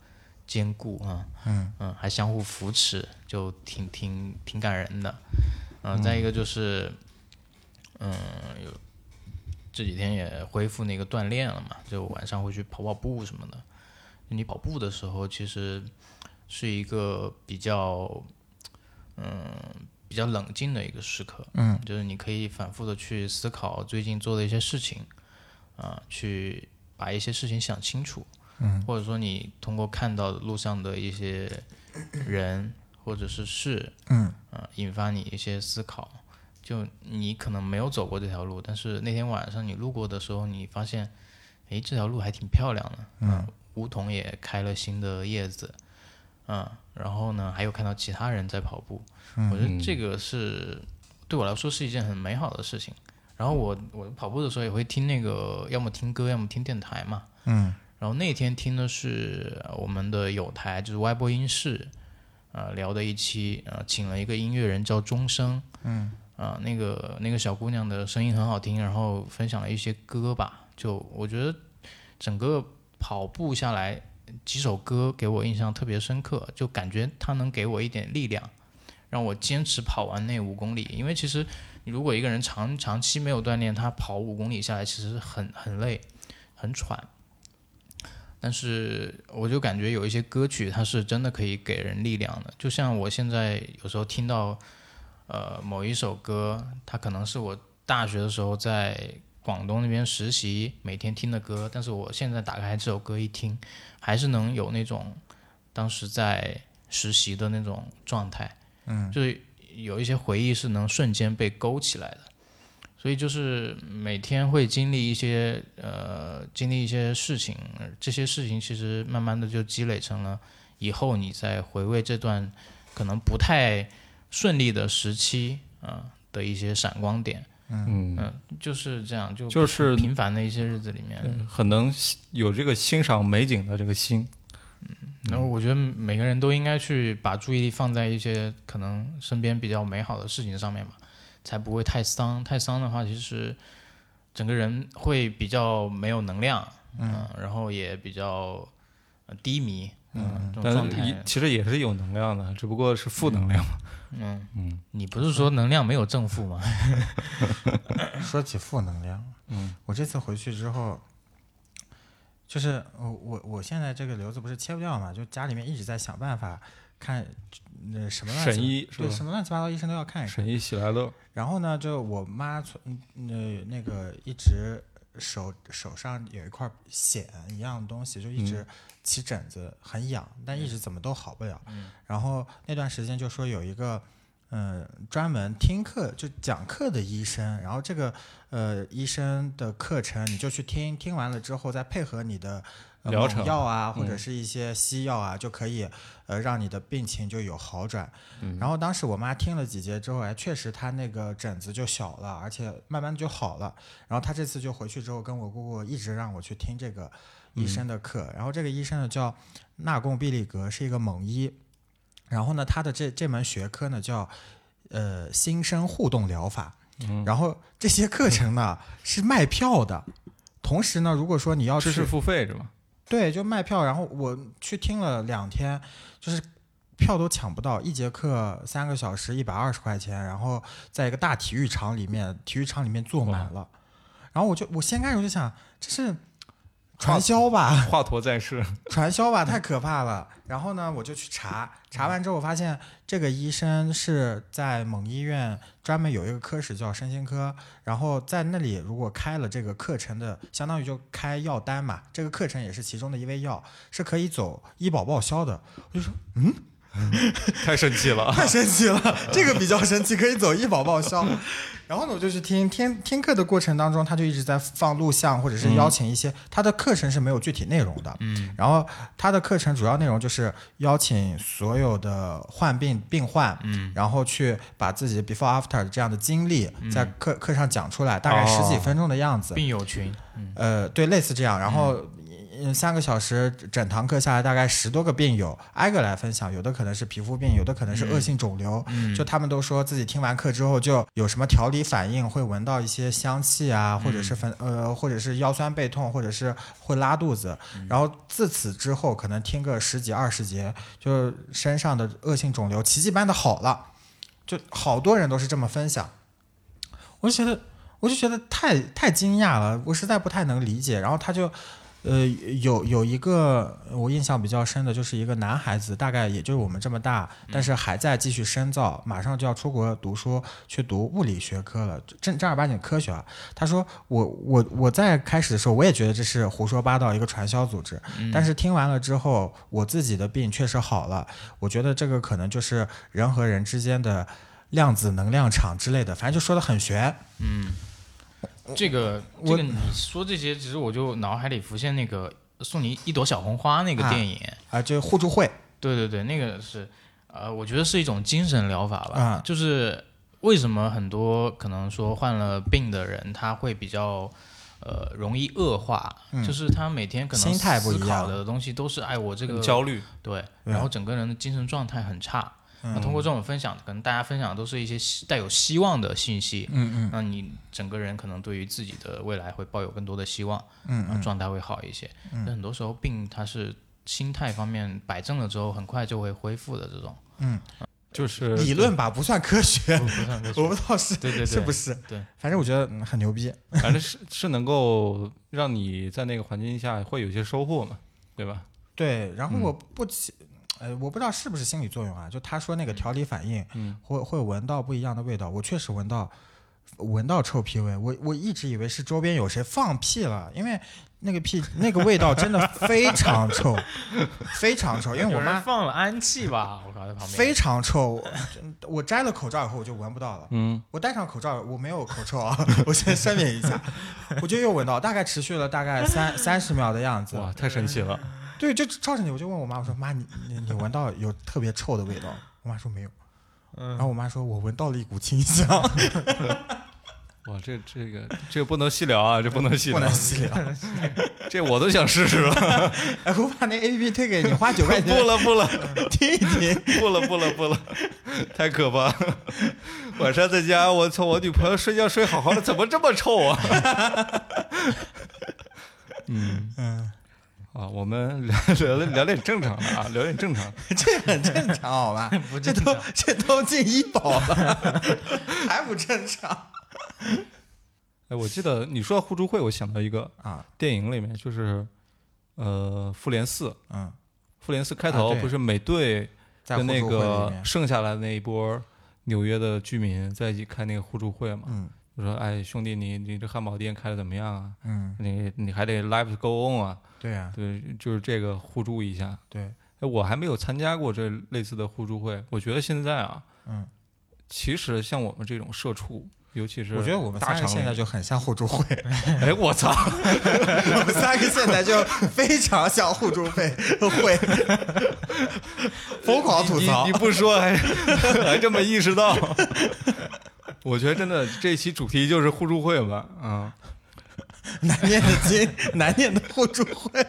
S2: 坚固啊？嗯，还相互扶持，就挺挺挺感人的。嗯、再一个就是，嗯，有这几天也恢复那个锻炼了嘛，就晚上会去跑跑步什么的。你跑步的时候，其实是一个比较，嗯，比较冷静的一个时刻。嗯，就是你可以反复的去思考最近做的一些事情，啊、去把一些事情想清楚。或者说你通过看到路上的一些人或者是事，
S3: 嗯，
S2: 啊，引发你一些思考。就你可能没有走过这条路，但是那天晚上你路过的时候，你发现，诶，这条路还挺漂亮的，嗯，梧桐也开了新的叶子，嗯，然后呢，还有看到其他人在跑步，我觉得这个是对我来说是一件很美好的事情。然后我我跑步的时候也会听那个，要么听歌，要么听电台嘛，
S3: 嗯
S2: 然后那天听的是呃我们的有台，就是歪播音室，呃，聊的一期，呃，请了一个音乐人叫钟声，
S3: 嗯，
S2: 啊、那个那个小姑娘的声音很好听，然后分享了一些歌吧，就我觉得整个跑步下来几首歌给我印象特别深刻，就感觉它能给我一点力量，让我坚持跑完那五公里，因为其实你如果一个人长长期没有锻炼，他跑五公里下来其实很很累，很喘。但是我就感觉有一些歌曲，它是真的可以给人力量的。就像我现在有时候听到，呃，某一首歌，它可能是我大学的时候在广东那边实习每天听的歌，但是我现在打开这首歌一听，还是能有那种当时在实习的那种状态。嗯，就是有一些回忆是能瞬间被勾起来的。所以就是每天会经历一些呃，经历一些事情，呃这些事情其实慢慢的就积累成了以后你在回味这段可能不太顺利的时期啊、呃的一些闪光点，
S1: 嗯，
S2: 就是这样，就
S1: 就是
S2: 平凡的一些日子里面，
S1: 很能欣有这个欣赏美景的这个心。
S2: 然后我觉得每个人都应该去把注意力放在一些可能身边比较美好的事情上面吧，才不会太丧。太丧的话，其实整个人会比较没有能量，嗯，然后也比较呃低迷，嗯，这种
S1: 但
S2: 状
S1: 是也
S2: 态。
S1: 其实也是有能量的，只不过是负
S3: 嗯
S1: 能量嘛。
S2: 嗯你不是说能量没有正负吗？
S3: 说起负能量，嗯，我这次回去之后，就是我我我现在这个瘤子不是切不掉嘛，就家里面一直在想办法看，那什么乱七
S1: 沈一是
S3: 对
S1: 吧？
S3: 什么乱七八糟医生都要看一看。
S1: 沈一喜来乐，
S3: 然后呢，就我妈从那那个一直手手上有一块癣一样的东西，就一直
S1: 嗯
S3: 起疹子，很痒，但一直怎么都好不了。
S1: 嗯
S3: 然后那段时间就说有一个。嗯，专门听课就讲课的医生，然后这个呃医生的课程你就去听，听完了之后再配合你的、呃、
S1: 疗
S3: 某
S1: 程嗯
S3: 药啊，或者是一些西药啊，就可以呃让你的病情就有好转。然后当时我妈听了几节之后，哎，确实她那个疹子就小了，而且慢慢就好了。然后她这次就回去之后，跟我姑姑一直让我去听这个医生的课。然后这个医生呢叫纳贡毕利格，是一个蒙医。然后呢，他的这这门学科呢叫呃新生互动疗法。然后这些课程呢是卖票的，同时呢，如果说你要
S1: 知
S3: 去
S1: 识付费是吧？
S3: 对，就卖票，然后我去听了两天，就是票都抢不到，一节课三个小时一百二十块钱，然后在一个大体育场里面，体育场里面坐满了，然后我就我先开始我就想，这是传销吧，
S1: 华佗在 世，
S3: 传销吧，太可怕了。然后呢，我就去查，查完之后我发现这个医生是在某医院专门有一个科室叫身心科，然后在那里如果开了这个课程的，相当于就开药单嘛，这个课程也是其中的一味药，是可以走医保报销的。我就说
S1: 太神奇了。
S3: 太神奇 了，这个比较神奇，可以走医保报销。然后呢，我就去听听听课的过程当中，他就一直在放录像，或者是邀请一些、他的课程是没有具体内容的。
S2: 嗯，
S3: 然后他的课程主要内容就是邀请所有的患病病患，
S2: 嗯，
S3: 然后去把自己 before after 这样的经历在课、课上讲出来，大
S2: 哦
S3: 概十几分钟的样子。
S2: 病友群，嗯
S3: 呃，对，类似这样。然后、嗯、三个小时整堂课下来，大概十多个病友挨个来分享，有的可能是皮肤病，有的可能是恶性肿瘤。
S2: 嗯
S3: 就他们都说自己听完课之后就有什么调理反应，会闻到一些香气啊，或者是粉呃，或者是腰酸背痛，或者是会拉肚子。然后自此之后，可能听个十几二十节，就身上的恶性肿瘤奇迹般的好了，就好多人都是这么分享。我就觉得，我就觉得太太惊讶了，我实在不太能理解。然后他就。呃，有有一个我印象比较深的，就是一个男孩子，大概也就是我们这么大，但是还在继续深造，马上就要出国读书，去读物理学科了，正正儿八经科学啊。他说我我我在开始的时候，我也觉得这是胡说八道，一个传销组织。但是听完了之后，我自己的病确实好了，我觉得这个可能就是人和人之间的量子能量场之类的，反正就说的很玄。
S2: 嗯，这个这
S3: 嗯我
S2: 个你说这些，其实我就脑海里浮现那个送你一朵小红花那个
S3: 啊
S2: 电影，
S3: 啊，就互助会，
S2: 对对对，那个是，呃，我觉得是一种精神疗法吧，
S3: 啊
S2: 就是为什么很多可能说患了病的人，他会比较。呃，容易恶化，
S3: 嗯
S2: 就是他每天可能
S3: 心态不
S2: 思
S3: 一样
S2: 考的东西都是，哎，我这个
S1: 很焦虑，
S2: 对，
S3: 对
S2: 然后整个人的精神状态很差。
S3: 嗯
S2: 那通过这种分享，可能大家分享的都是一些希带有希望的信息。
S3: 嗯嗯
S2: 那你整个人可能对于自己的未来会抱有更多的希望，
S3: 嗯
S2: 然后状态会好一些。但很多时候病它是心态方面摆正了之后，很快就会恢复的这 种。
S1: 就是
S3: 嗯理论吧，不算 科学，
S2: 不算科学
S3: 我不知道是
S2: 对对对，
S3: 是不是？
S2: 对，
S3: 反正我觉得嗯很牛逼。
S1: 反正是是能够让你在那个环境下会有一些收获嘛，对吧？
S3: 对，然后我不起，呃，我不知道是不是心理作用啊，就他说那个调理反应，
S1: 嗯
S3: 会会闻到不一样的味道，我确实闻到。闻到臭屁味，我我一直以为是周边有谁放屁了，因为那个屁那个味道真的非常臭，非常臭。因为我
S2: 有人
S3: 妈
S2: 放了氨气吧，我靠，在旁边。
S3: 非常臭，我我摘了口罩以后我就闻不到了。
S1: 嗯，
S3: 我戴上口罩，我没有口臭啊，我先声明一下， 我就又闻到，大概持续了大概三三十秒的样子。
S1: 哇，太神奇了！
S3: 对，就照着你，我就问我妈，我说妈，你你你闻到有特别臭的味道？我妈说没有，
S1: 嗯
S3: 然后我妈说我闻到了一股清香，
S1: 哇，这这个这个不能细聊啊， 这不能细
S3: 不
S1: 聊，
S3: 能细聊。
S1: 这我都想试试了。
S3: 哎，我把那 A P P 推给你，花九块
S1: 不
S3: 钱
S1: 了不了
S3: 听一听。
S1: 不了不了不了，太可怕！晚上在家，我操，我女朋友睡觉睡好好的，怎么这么臭啊？嗯
S3: 嗯，
S1: 啊，我们聊聊聊点正常的啊，聊点正常的。
S3: 这很正常，好吧？
S2: 不
S3: 这
S2: 正
S3: 都
S2: 常
S3: 这都进医保了，还不正 常
S1: 哎，我记得你说到互助会，我想到一个
S3: 啊？
S1: 电影里面，就是呃，《复联四》，《
S3: 嗯，
S1: 复联四》开
S3: 啊
S1: 头
S3: 对
S1: 不是美队
S3: 在
S1: 跟那
S3: 互助会里
S1: 个
S3: 面
S1: 剩下来的那一波纽约的居民在一起开那个互助会嘛？
S3: 嗯
S1: 就说：“哎，兄弟，你你这汉堡店开的怎么样啊？
S3: 嗯，
S1: 你你还得 life go on 啊，
S3: 对啊，
S1: 对，就是这个互助一下。
S3: 对，
S1: 哎，我还没有参加过这类似的互助会，我觉得现在啊，
S3: 嗯，
S1: 其实像我们这种社畜，尤其是
S3: 我觉得我们
S1: 大
S3: 三个
S1: 厂
S3: 现在
S1: 里，
S3: 就很像互助会，
S1: 哎，我操，
S3: 我们三个现在就非常像互助会会， 疯狂吐
S1: 你
S3: 槽
S1: 你。不说 还还这么意识到， 我觉得真的这期主题就是互助会吧，啊、
S3: 难念的经，难念的互助会。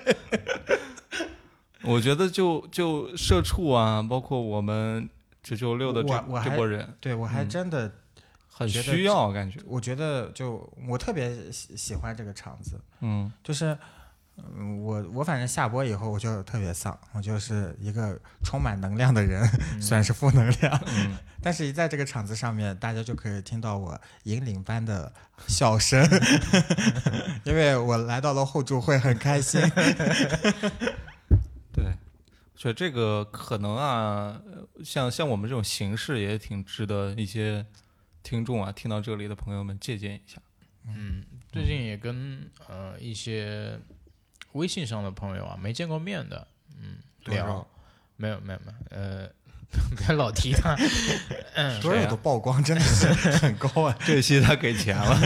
S1: 我觉得就就社畜啊，包括我们这周六的这
S3: 我我还
S1: 这波人，
S3: 对我还真的，
S1: 很
S3: 觉得
S1: 需要感觉，
S3: 我觉得就我特别喜喜欢这个场子，
S1: 嗯
S3: 就是嗯，我我反正下播以后我就特别丧，我就是一个充满能量的人， 虽然是负能量，
S1: 嗯，
S3: 但是一在这个场子上面，大家就可以听到我引领般的 笑声，因为我来到了后助会，很开心。
S1: 对，所以这个可能啊，呃像像我们这种形式也挺值得一些听众啊，听到这里的朋友们借鉴一下。
S2: 嗯，最近也跟呃一些微信上的朋友啊，没见过面的，嗯，
S3: 多
S2: 聊
S3: 肉，
S2: 没有没有没有，呃， 不要老提他，嗯，
S3: 多肉
S1: 啊
S3: 的曝光真的是 很高 啊！
S1: 这期他给钱 了，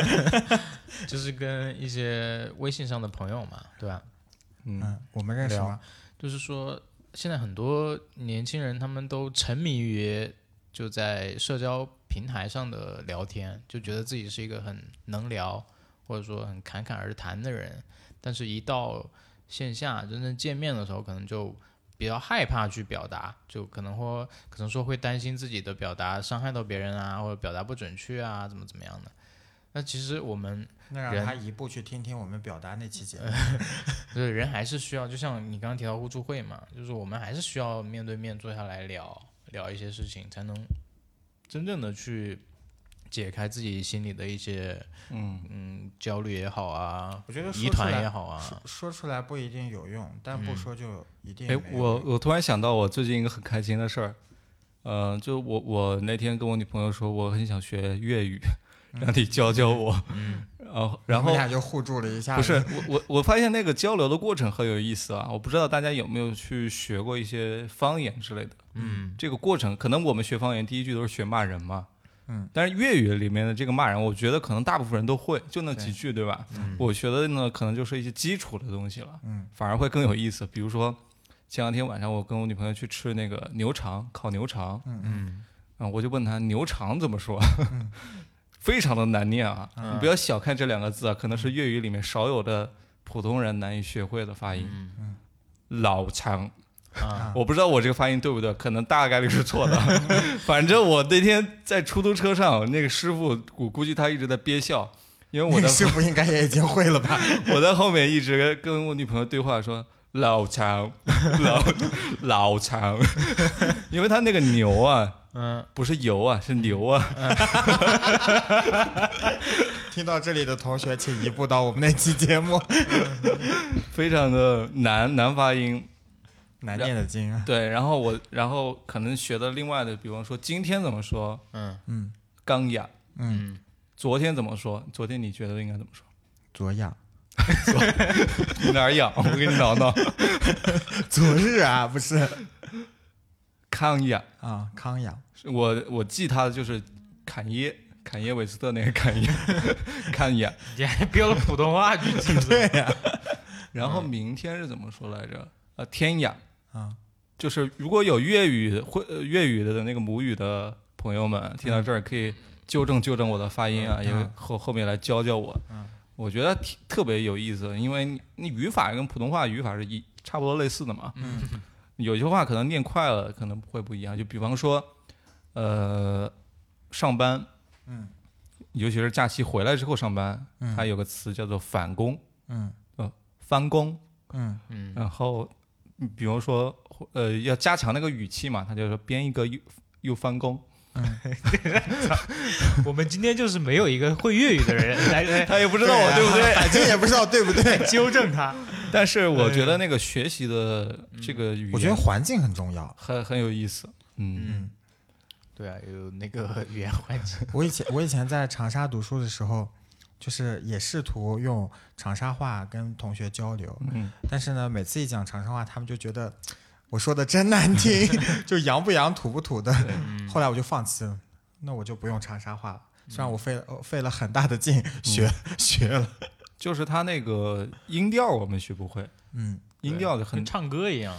S2: 就是跟一些微信上的朋友嘛，对吧？
S1: 嗯，
S3: 嗯，我们认识吗？
S2: 就是说，现在很多年轻人他们都沉迷于就在社交平台上的聊天，就觉得自己是一个很能聊或者说很侃侃而谈的人，但是一到线下真正见面的时候，可能就比较害怕去表达，就可能会可能说会担心自己的表达伤害到别人啊，或者表达不准确啊，怎么怎么样的。那其实我们
S3: 那让他一步去听听我们表达那期节目。
S2: 对，人还是需要，就像你刚刚提到互助会嘛，就是我们还是需要面对面坐下来聊聊一些事情，才能真正的去解开自己心里的一些
S1: 嗯，
S2: 嗯焦虑也好啊，
S3: 我觉得说
S2: 疑
S3: 出
S2: 团
S3: 来
S2: 也好 啊，
S3: 说出来不一定有用，但不
S2: 嗯
S3: 说就一定
S1: 哎，
S3: 没有
S1: 我
S3: 用
S1: 我突然想到我最近一个很开心的事儿，呃，就我我那天跟我女朋友说我很想学粤语，让你教教我，
S2: 嗯
S1: 然后
S3: 嗯我
S1: 然
S3: 们
S1: 后
S3: 俩就互助了一下。
S1: 不是，我我我发现那个交流的过程很有意思啊！我不知道大家有没有去学过一些方言之类的。
S2: 嗯
S1: 这个过程，可能我们学方言第一句都是学骂人嘛，
S3: 嗯，
S1: 但是粤语里面的这个骂人，我觉得可能大部分人都会，就那几句，对吧？
S2: 嗯
S1: 我学的呢，可能就是一些基础的东西了，
S3: 嗯，
S1: 反而会更有意思。比如说前两天晚上，我跟我女朋友去吃那个牛肠，烤牛肠，
S2: 嗯
S1: 啊，我就问他牛肠怎么说， 非常的难念啊！
S2: 嗯
S1: 你不要小看这两个字啊，可能是粤语里面少有的普通人难以学会的发音。
S2: 嗯
S1: 老肠，
S2: 啊
S1: 我不知道我这个发音对不对，可能大概率是错的。 反正我那天在出租车上，那个师傅，我估计他一直在憋笑，因为我在
S3: 那个师傅应该也已经会了吧？
S1: 我在后面一直跟我女朋友对话说。老肠， 老老肠， 因为他那个牛啊，
S2: 嗯，
S1: 不是油啊，是牛啊，
S3: 听到这里的同学，请移步到我们那期节目。
S1: 非常的难难发音。
S3: 难念的经啊，
S1: 对，然后我然后可能学的另外的，比方说今天怎么说
S2: 嗯
S3: 嗯
S1: 刚雅，
S3: 嗯，
S1: 昨天怎么说？昨天你觉得应该怎么说？
S3: 昨呀，
S1: 你哪儿痒？我给你挠挠。
S3: 昨日啊，不是
S1: 康雅，
S3: 啊，康呀，
S1: 我我记他的就是坎耶，坎耶韦斯特那个坎耶， 坎雅。
S2: 你还标了普通话去记对，
S1: 然后明天是怎么说来着？呃，天雅，
S3: 嗯啊，
S1: 就是如果有粤语会呃粤语的那个母语的朋友们听到这儿，可以纠正纠正我的发音啊，
S3: 嗯
S1: 也
S3: 嗯
S1: 后后面来教教我。
S3: 嗯
S1: 我觉得挺特别有意思，因为你你语法跟普通话语法是一差不多类似的嘛。
S2: 嗯
S1: 有些话可能念快了，可能会不一样。就比方说，呃，上班，
S3: 嗯
S1: 尤其是假期回来之后上班，
S3: 嗯
S1: 它有个词叫做返工、
S3: 嗯
S1: 翻工。
S3: 嗯
S2: 嗯
S1: 然后，嗯比如说，呃，要加强那个语气嘛，他就说编一个又又翻工，
S2: 我们今天就是没有一个会粤语的人 来来
S1: 他哎也不知道我对不对。
S3: 反啊正也不知道对不 对。
S2: 纠正他，
S1: 但是我觉得那个学习的这个语
S3: 我觉得
S1: 言
S3: 环境很重要。
S1: 很很有意思，嗯，
S2: 嗯，对啊，有那个语言环境，
S3: 我以前我以前在长沙读书的时候，就是也试图用长沙话跟同学交流，
S1: 嗯，
S3: 但是呢，每次一讲长沙话，他们就觉得我说的真难听，就洋不洋土不土的。后来我就放弃了，那我就不用长沙话了。虽然我费了呃费了很大的劲 学学了，
S1: 就是他那个音调我们学不会，
S3: 嗯
S1: 音调就
S2: 跟
S1: 很
S2: 唱歌一样，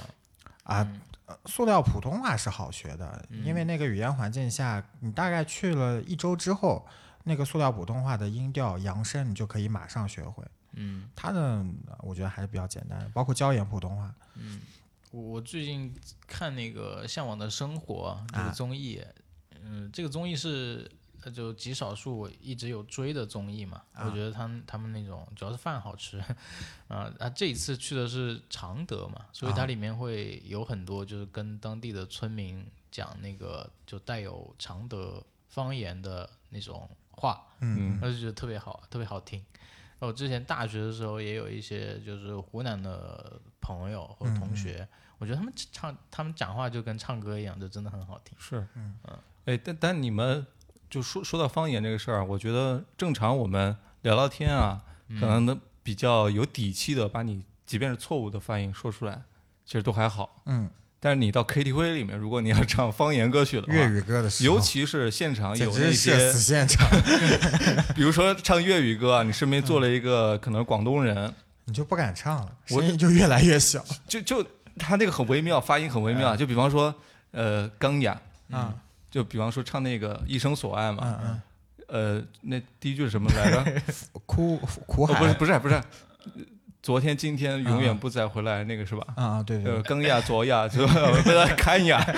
S2: 嗯
S3: 啊，呃塑料普通话是好学的，
S1: 嗯
S3: 因为那个语言环境下，你大概去了一周之后，那个塑料普通话的音调、扬声，你就可以马上学会。
S2: 嗯。
S3: 它的呃我觉得还是比较简单的，包括椒盐普通话，
S2: 我我最近看那个《向往的生活》这个
S3: 啊
S2: 综艺，嗯、这个综艺是呃就极少数我一直有追的综艺嘛，
S3: 啊
S2: 我觉得他们他们那种主要是饭好吃， 啊，啊这一次去的是常德嘛，所以
S3: 啊
S2: 它里面会有很多就是跟当地的村民讲那个就带有常德方言的那种话，
S1: 嗯
S2: 我就觉得特别好，特别好听。我之前大学的时候也有一些就是湖南的朋友或者同学，我觉得他们唱他们讲话就跟唱歌一样，就真的很好听。
S1: 是，嗯，哎，但但你们就说说到方言这个事儿，我觉得正常我们聊聊天啊，可能能比较有底气的把你即便是错误的发音说出来，其实都还好。
S3: 嗯，
S1: 但是你到 KTV 里面，如果你要唱方言歌曲的话，
S3: 粤语歌的时候，
S1: 尤其是现场有
S3: 简
S1: 那
S3: 直是
S1: 些
S3: 社死，现场，
S1: 比如说唱粤语歌啊，你身边坐
S3: 嗯
S1: 了一个可能广东人，
S3: 你就不敢唱了，
S1: 我
S3: 声音就越来越小
S1: 就就他那个很微妙，发音很微
S3: 嗯
S1: 妙啊，就比方说呃钢雅，
S3: 啊，
S1: 就比方说唱那个一生所爱嘛，
S3: 嗯嗯，
S1: 呃，那第一句是什么来着？
S3: 哭苦
S1: 哦，不是
S3: 海
S1: 不是不是，昨天今天永
S3: 嗯
S1: 远不再回来那个是吧？
S3: 啊啊，对对
S2: 嗯
S1: 呃，更亚 左亚就被他看 亚，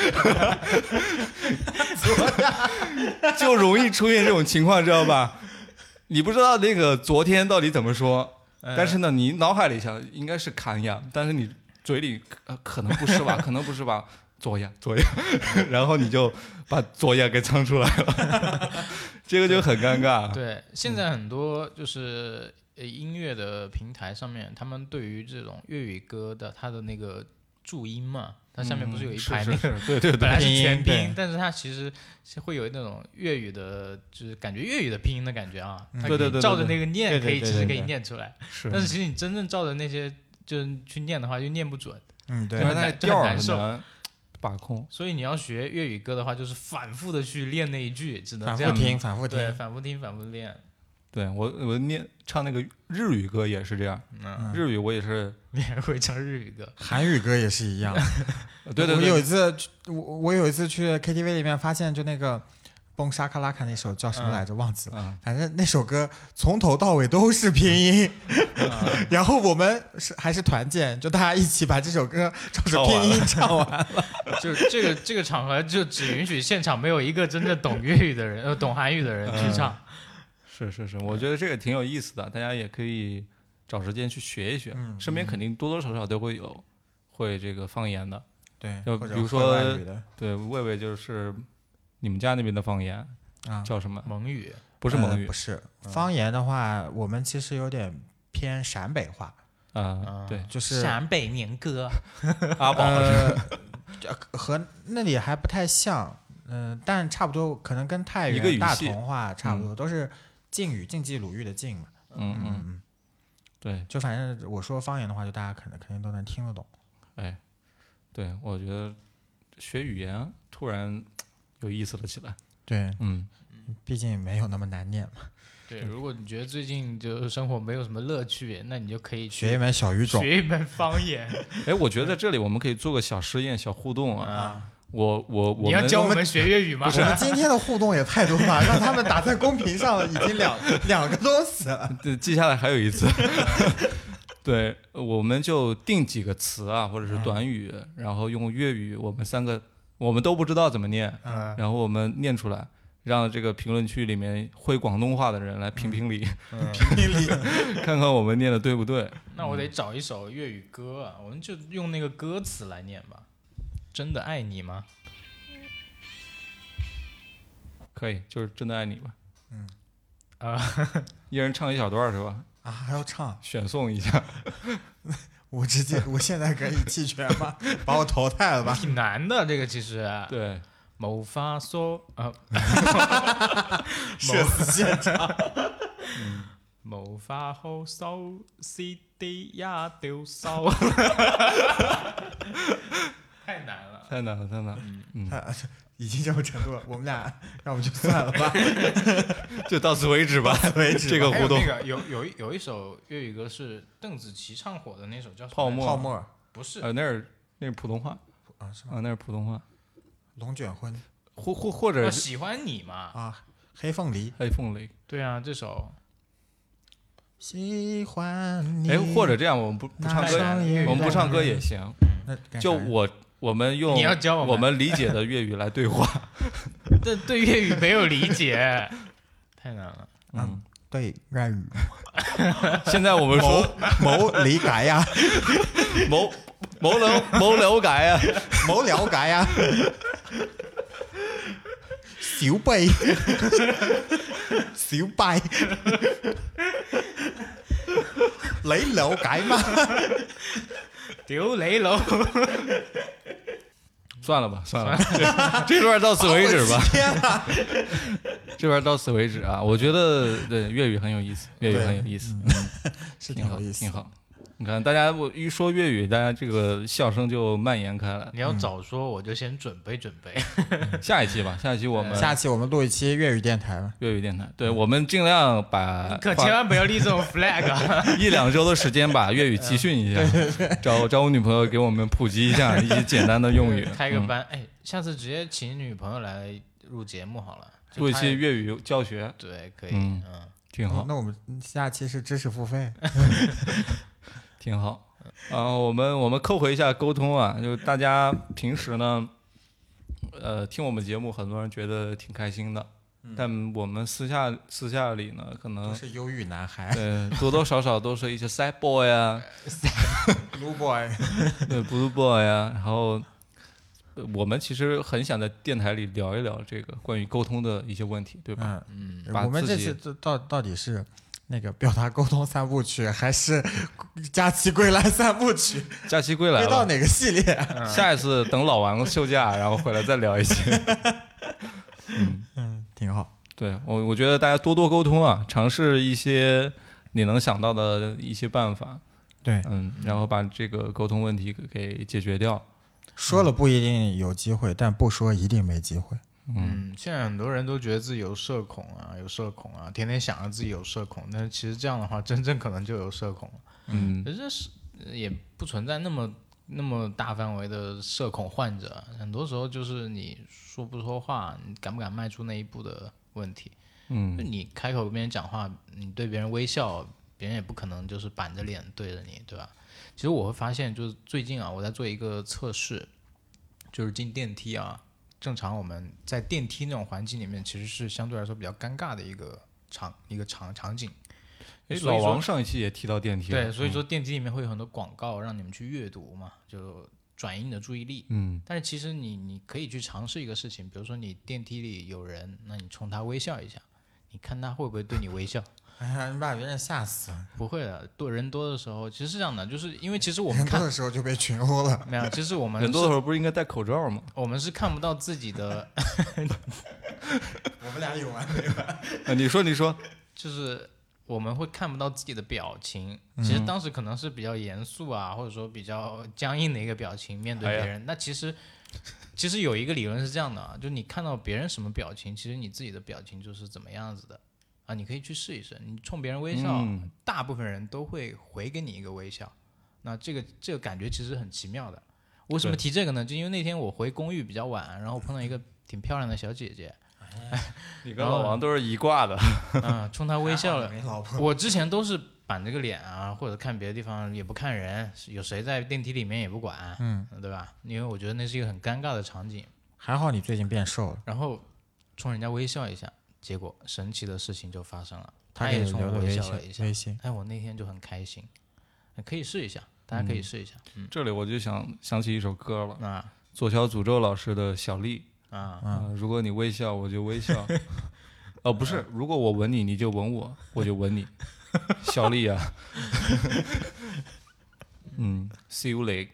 S1: 就容易出现这种情况，知道吧？你不知道那个昨天到底怎么说，
S2: 哎
S1: 但是呢，你脑海里想应该是看亚，但是你嘴里呃可能不是吧，可能不是吧，左亚左亚， 然后你就把左亚给唱出来了， 这个就很尴尬。
S2: 对，现在很多就是呃音乐的平台上面，他们对于这种粤语歌的它的那个注音嘛，它下面不是有一排那
S1: 嗯是
S2: 个
S1: 是是对对
S2: 本
S1: 对，
S2: 来是
S3: 拼音
S2: 全拼
S3: 对
S2: 音，但是它其实是会有那种粤语的，就是感觉粤语的拼音的感觉啊。它
S1: 对对对对
S2: 照着那个念
S3: 对
S2: 可
S3: 对
S2: 以，
S3: 对
S2: 其实
S3: 对
S2: 可以
S3: 对
S2: 念出来，
S3: 嗯
S1: 是
S2: 但是其实你真正照着那些就是去念的话，就念不准。
S3: 嗯对
S1: 因为它
S2: 很
S1: 的
S2: 难
S1: 调
S2: 很
S1: 儿
S2: 难
S1: 很
S2: 受
S1: 难把控。
S2: 所以你要学粤语歌的话，就是反复的去练那一句，只能
S3: 反
S2: 这
S3: 复
S2: 样
S3: 听，反复
S2: 对，
S3: 听，
S2: 反复听，反复练。
S1: 对我，我念唱那个日语歌也是这样，
S2: 嗯，
S1: 日语我也是，
S2: 你还会唱日语歌？
S3: 韩语歌也是一样。
S1: 呃对对
S3: 我有
S1: 对
S3: 一，次去，我我有一次去 KTV 里面发现，就那个蹦沙卡拉卡那首叫什么来着，忘记了。
S1: 啊，
S3: 反正那首歌从头到尾都是拼音，
S2: 嗯
S3: 然后我们是还是团建，就大家一起把这首歌照着拼
S1: 哦
S3: 音 唱完。
S2: 就这个这个场合，就只允许现场没有一个真正懂粤语的人，呃，懂韩语的人去唱。
S1: 是是是，我觉得这个挺有意思的，大家也可以找时间去学一学，身边肯定多多少少都会有会这个方言的，
S3: 对
S1: 就
S3: 或者
S1: 比如
S3: 会
S1: 说
S3: 外语的
S1: 对，魏魏就是你们家那边的方言
S3: 啊，
S1: 叫什么？
S2: 蒙语，
S1: 嗯不是蒙
S3: 呃
S1: 语嗯
S3: 不是方言的话，我们其实有点偏陕北话，
S1: 啊，对，
S3: 就是
S2: 陕北民歌。
S1: 阿宝
S3: 呃，这和那里还不太像，嗯、但差不多，可能跟太
S1: 一个
S3: 原、
S1: 语
S3: 大
S1: 系
S3: 同话差不多，都是晋语、晋冀鲁豫的晋嘛。
S1: 嗯嗯，
S3: 嗯，
S1: 对，
S3: 就反正我说方言的话，就大家可能肯定都能听得懂。
S1: 哎，对，我觉得学语言突然有意思了起来，
S3: 对，
S1: 嗯，
S3: 毕竟没有那么难念嘛。
S2: 对，如果你觉得最近就是生活没有什么乐趣，那你就可以去
S3: 学一门小语种，
S2: 学一门方言
S1: 哎，我觉得在这里我们可以做个小实验、小互动啊。
S2: 啊！
S1: 我我我
S2: 你要
S1: 们
S2: 教我们学粤语吗？
S3: 我们今天的互动也太多了，让他们打在公屏上了，已经两两个东西了。
S1: 对记下来还有一次。对，我们就定几个词啊，或者是短语，然后用粤语，我们三个我们都不知道怎么念，
S2: 嗯
S3: 啊
S1: 然后我们念出来，让这个评论区里面会广东话的人来评评理，
S3: 评理，
S1: 看看我们念的对不对。
S2: 那我得找一首粤语歌啊，我们就用那个歌词来念吧。真的爱你吗？
S1: 可以，就是真的爱你吧。嗯，
S2: 啊，
S1: 一人唱一小段是吧？
S3: 啊，还要唱，
S1: 选送一下。
S3: 我直接，我现在可以弃权吗？把我淘汰了吧？
S2: 挺难的，这个其实。
S1: 对，
S2: 某发说 啊，
S3: 社死现场。
S2: 无法好收 CD 也丢手，太难了。
S1: 太难了，太难了。
S3: 已经这种程度了，我们俩要不就算了吧，
S1: 就到此为止吧，
S3: 为止吧
S1: 这个
S2: 还
S1: 互
S2: 有
S1: 动
S2: 那。个有有一有一首粤语歌是邓紫棋唱火的那首叫什么
S1: 泡
S2: 来着
S1: 沫
S3: 泡沫
S2: 不是
S1: 呃，那是那是普通话
S3: 啊，是吗？
S1: 啊，那是普通话，
S3: 龙卷风
S1: 或或或者
S2: 我喜欢你嘛？
S3: 啊，黑凤梨，
S1: 黑凤梨，
S2: 对啊，这首
S3: 喜欢你。
S1: 哎，或者这样，我们不不唱
S3: 那
S1: 歌，
S3: 双眼
S1: 我们不唱歌也行，
S3: 那干啥呀
S1: 就我我们用
S2: 你要教我们
S1: 我们理解的粤语来对话，
S2: 对对粤语没有理解，太难了。
S1: 嗯，
S3: 对粤语
S1: 现在我们说
S3: 某理解呀，
S1: 某某了某了解啊，
S3: 某了解呀，小贝，小贝，你了解吗？
S2: 屌你老！
S1: 算了吧，算了， 这这段到此为止吧。
S3: 天啊哪！
S1: 这边到此为止啊，我觉得对粤语很有意思，粤语很有意思，
S3: 嗯是
S1: 挺好
S3: 有意，思，
S1: 挺。好。你看，大家我一说粤语，大家这个笑声就蔓延开来。
S2: 你要早说，我就先准备准备。
S1: 下一期吧，下一期我们
S3: 下期我们录一期粤语电台吧。
S1: 粤语电台，对我们尽量把
S2: 可
S1: 花
S2: 千万不要立 这种 flag 啊！
S1: 一两周的时间把粤语集训一下，找找我女朋友给我们普及一 下一些简单的用语，
S2: 开个
S1: 嗯，
S2: 班，哎，下次直接请女朋友来录节目好了。就
S1: 做一
S2: 她
S1: 些
S2: 也
S1: 粤语教学，
S2: 对，可以，
S1: 嗯
S2: 嗯，
S1: 挺好。
S3: 那我们下期是知识付费，
S1: 挺好。啊，我们我们扣回一下沟通啊，就大家平时呢，呃，听我们节目，很多人觉得挺开心的，
S2: 嗯
S1: 但我们私下私下里呢，可
S3: 都
S1: 能
S3: 是忧郁男孩
S1: 呃多多少少都是一些 sad boy 啊，
S3: ，blue boy。
S1: 对 blue boy 啊，然后呃我们其实很想在电台里聊一聊这个关于沟通的一些问题，对吧？
S3: 嗯
S2: 嗯，
S1: 把
S3: 我们
S1: 自
S3: 这
S1: 己
S3: 次到到到底是那个表达沟通三部曲，还是 假期归来三部曲？
S2: 嗯
S1: 假期归来
S3: 归到
S1: 了，
S3: 哪个系列？
S1: 下一次等老王休假，然后回来再聊一些。
S3: 嗯， 挺好。
S1: 对我，我觉得大家多多沟通啊，尝试一些你能想到的一些办法，
S3: 对，
S1: 嗯，然后把这个沟通问题给给解决掉。
S3: 说了不一定有机会，但不说一定没机会。
S2: 嗯，现在很多人都觉得自己有社恐啊，有社恐啊，天天想着自己有社恐，但是其实这样的话，真正可能就有社恐了。
S1: 嗯
S2: 可是这是呃也不存在那么那么大范围的社恐患者，很多时候就是你说不说话，你敢不敢迈出那一步的问题。就
S1: 嗯，
S2: 你开口跟别人讲话，你对别人微笑，别人也不可能就是板着脸对着你，对吧？其实我会发现，就是最近啊，我在做一个测试，就是进电梯啊，正常我们在电梯那种环境里面，其实是相对来说比较尴尬的一个场一个场场景。
S1: 哎，
S2: 所以
S1: 老
S2: 说
S1: 王上一期也提到电梯了，
S2: 对，所以说电梯里面会有很多广告让你们去阅读嘛，就转移你的注意力。
S1: 嗯，
S2: 但是其实你你可以去尝试一个事情，比如说你电梯里有人，那你冲他微笑一下，你看他会不会对你微笑。
S3: 哎呀，你把别人吓死了！
S2: 不会的，多人多的时候，其实是这样的，就是因为其实我们
S3: 人多
S2: 看
S3: 的时候就被群殴 了。
S2: 没有，其实我们
S1: 嗯人多的
S2: 是
S1: 时候不是应该戴口罩吗？
S2: 我们是看不到自己的，
S3: 我们俩有完没
S1: 啊，你说你说，
S2: 就是我们会看不到自己的表情。
S1: 嗯
S2: 其实当时可能是比较严肃啊，或者说比较僵硬的一个表情面对
S1: 哎呀
S2: 别人。那其实其实有一个理论是这样的啊，就你看到别人什么表情，其实你自己的表情就是怎么样子的啊。你可以去试一试，你冲别人微笑，
S1: 嗯
S2: 大部分人都会回给你一个微笑。那这个这个感觉其实很奇妙的。为什么
S1: 对
S2: 提这个呢？就因为那天我回公寓比较晚，然后碰到一个挺漂亮的小姐姐，
S1: 你跟老王都是一挂的，
S2: 嗯、冲她微笑了。
S3: 没老婆。
S2: 我之前都是板着个脸啊，或者看别的地方也不看人，有谁在电梯里面也不管，
S3: 嗯，
S2: 对吧？因为我觉得那是一个很尴尬的场景。
S3: 还好你最近变瘦了，
S2: 然后冲人家微笑一下，结果神奇的事情就发生了，
S3: 他给
S2: 也
S3: 你
S2: 冲
S3: 留
S2: 我
S3: 了
S2: 微
S3: 微
S2: 笑
S3: 信
S2: 了一下。
S3: 微信。
S2: 哎，我那天就很开心，可以试一下，大家可以试一下。嗯，
S1: 这里我就想想起一首歌了，
S2: 啊
S1: 左小诅咒老师的《小丽》
S2: 啊，
S1: 啊，如果你微笑，我就微笑。哦，不是，如果我吻你，你就吻我，我就吻你。小丽啊， 嗯，see you later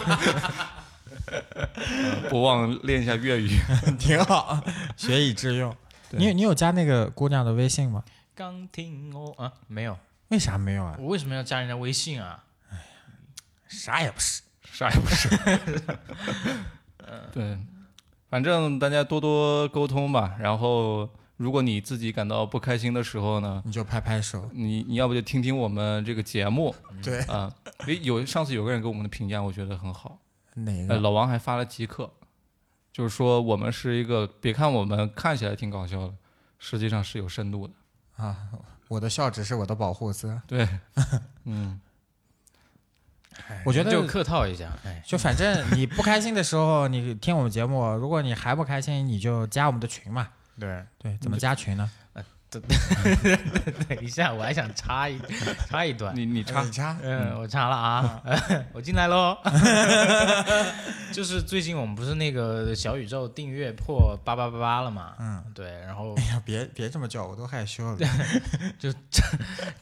S1: 嗯。不忘练一下粤语。
S3: 挺好，学以致 用。你你有加那个姑娘的微信吗？
S2: 刚听哦啊，没有，
S3: 为啥没有啊？
S2: 我为什么要加人家微信啊？
S3: 啥也不是。
S1: 啥也不是。 对，反正大家多多沟通吧。然后，如果你自己感到不开心的时候呢，
S3: 你就拍拍手。
S1: 你你要不就听听我们这个节目
S3: 对，
S1: 啊。诶，有上次有个人给我们的评价，我觉得很好。
S3: 哪
S1: 呃，
S3: 个？
S1: 老王还发了即刻，就是说我们是一个，别看我们看起来挺搞笑的，实际上是有深度的。
S3: 啊我的笑只是我的保护色。
S1: 对，嗯，
S3: 我觉得
S2: 就客套一下，哎，
S3: 就反正你不开心的时候，你听我们节目，如果你还不开心，你就加我们的群嘛。
S2: 对，
S3: 对，怎么加群呢？
S2: 等一下，我还想插一插一段，
S1: 你
S3: 呃
S1: 你插
S3: 哎
S1: 哎
S4: 你插，
S2: 嗯，我查了啊， 我进来喽。就是最近我们不是那个小宇宙订阅破八八八八了嘛？
S3: 嗯，
S2: 对，然后
S3: 哎呀，别别这么叫，我都害羞了。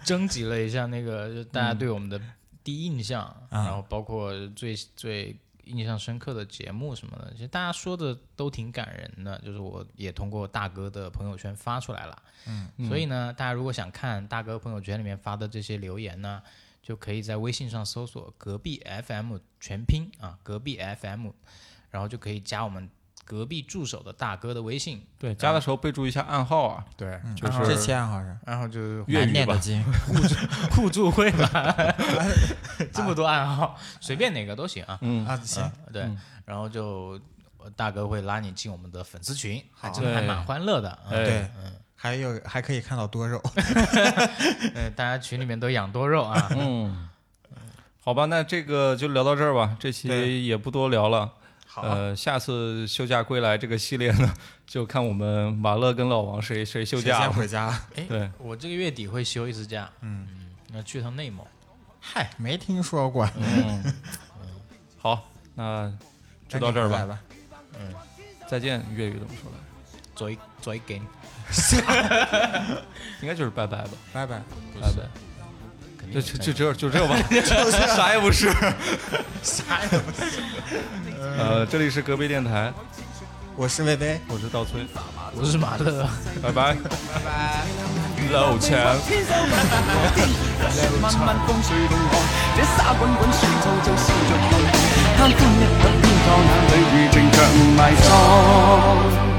S2: 征集了一下那个就大家对我们的第一印象，
S3: 啊
S2: 然后包括最最印象深刻的节目什么的，其实大家说的都挺感人的，就是我也通过大哥的朋友圈发出来了。嗯，所以呢，大家如果想看大哥朋友圈里面发的这些留言呢，就可以在微信上搜索“隔壁 FM” 全拼啊，“隔壁 FM”，然后就可以加我们隔壁助手的大哥的微信，
S1: 对，加的时候备注一下暗号啊，
S2: 对，
S1: 就是
S3: 这期暗号是
S2: 然后就是
S1: 粤
S3: 难
S1: 语
S3: 念的
S1: 吧，
S3: 经，
S2: 互助会吧，这么多暗号，随便哪个都行啊。
S1: 嗯，
S4: 啊，行，
S2: 嗯对，然后就呃大哥会拉你进我们的粉丝群，还
S4: 好
S2: 真的还
S1: 对
S2: 蛮欢乐的。啊
S1: 哎
S3: 对，还有还可以看到多肉。
S2: 嗯，大家群里面都养多肉啊。
S1: 嗯，好吧，那这个就聊到这儿吧，这期也不多聊了。
S4: 好
S1: 呃，下次休假归来这个系列呢，就看我们马乐跟老王谁谁休
S3: 谁
S1: 假
S3: 先
S1: 了。
S3: 回家，
S2: 哎，
S1: 对，
S2: 我这个月底会休一次假，嗯，那去趟内蒙。
S3: 嗨，没听说过。
S1: 嗯，好，那就到这儿吧，
S3: 吧。
S1: 再见。粤语怎么说来着？
S2: 左一左一根，
S1: 应该就是拜拜吧，
S3: 拜拜。
S2: 不
S1: 拜
S2: 是
S1: 拜，。
S2: 肯
S1: 就
S2: 定
S1: 就就啊这 就这吧，啥也不 是，
S2: 啥也不
S1: 呃，这里是隔壁电台，
S3: 我是薇薇。
S1: 我是稻崔，
S2: 不是马乐。
S1: 拜拜，拜拜，老钱。
S5: 千手不能我天一雪漫漫風水浩瀚，這沙滾滾水皱皱笑着看，貪歡一刻偏教眼裏如情長埋葬。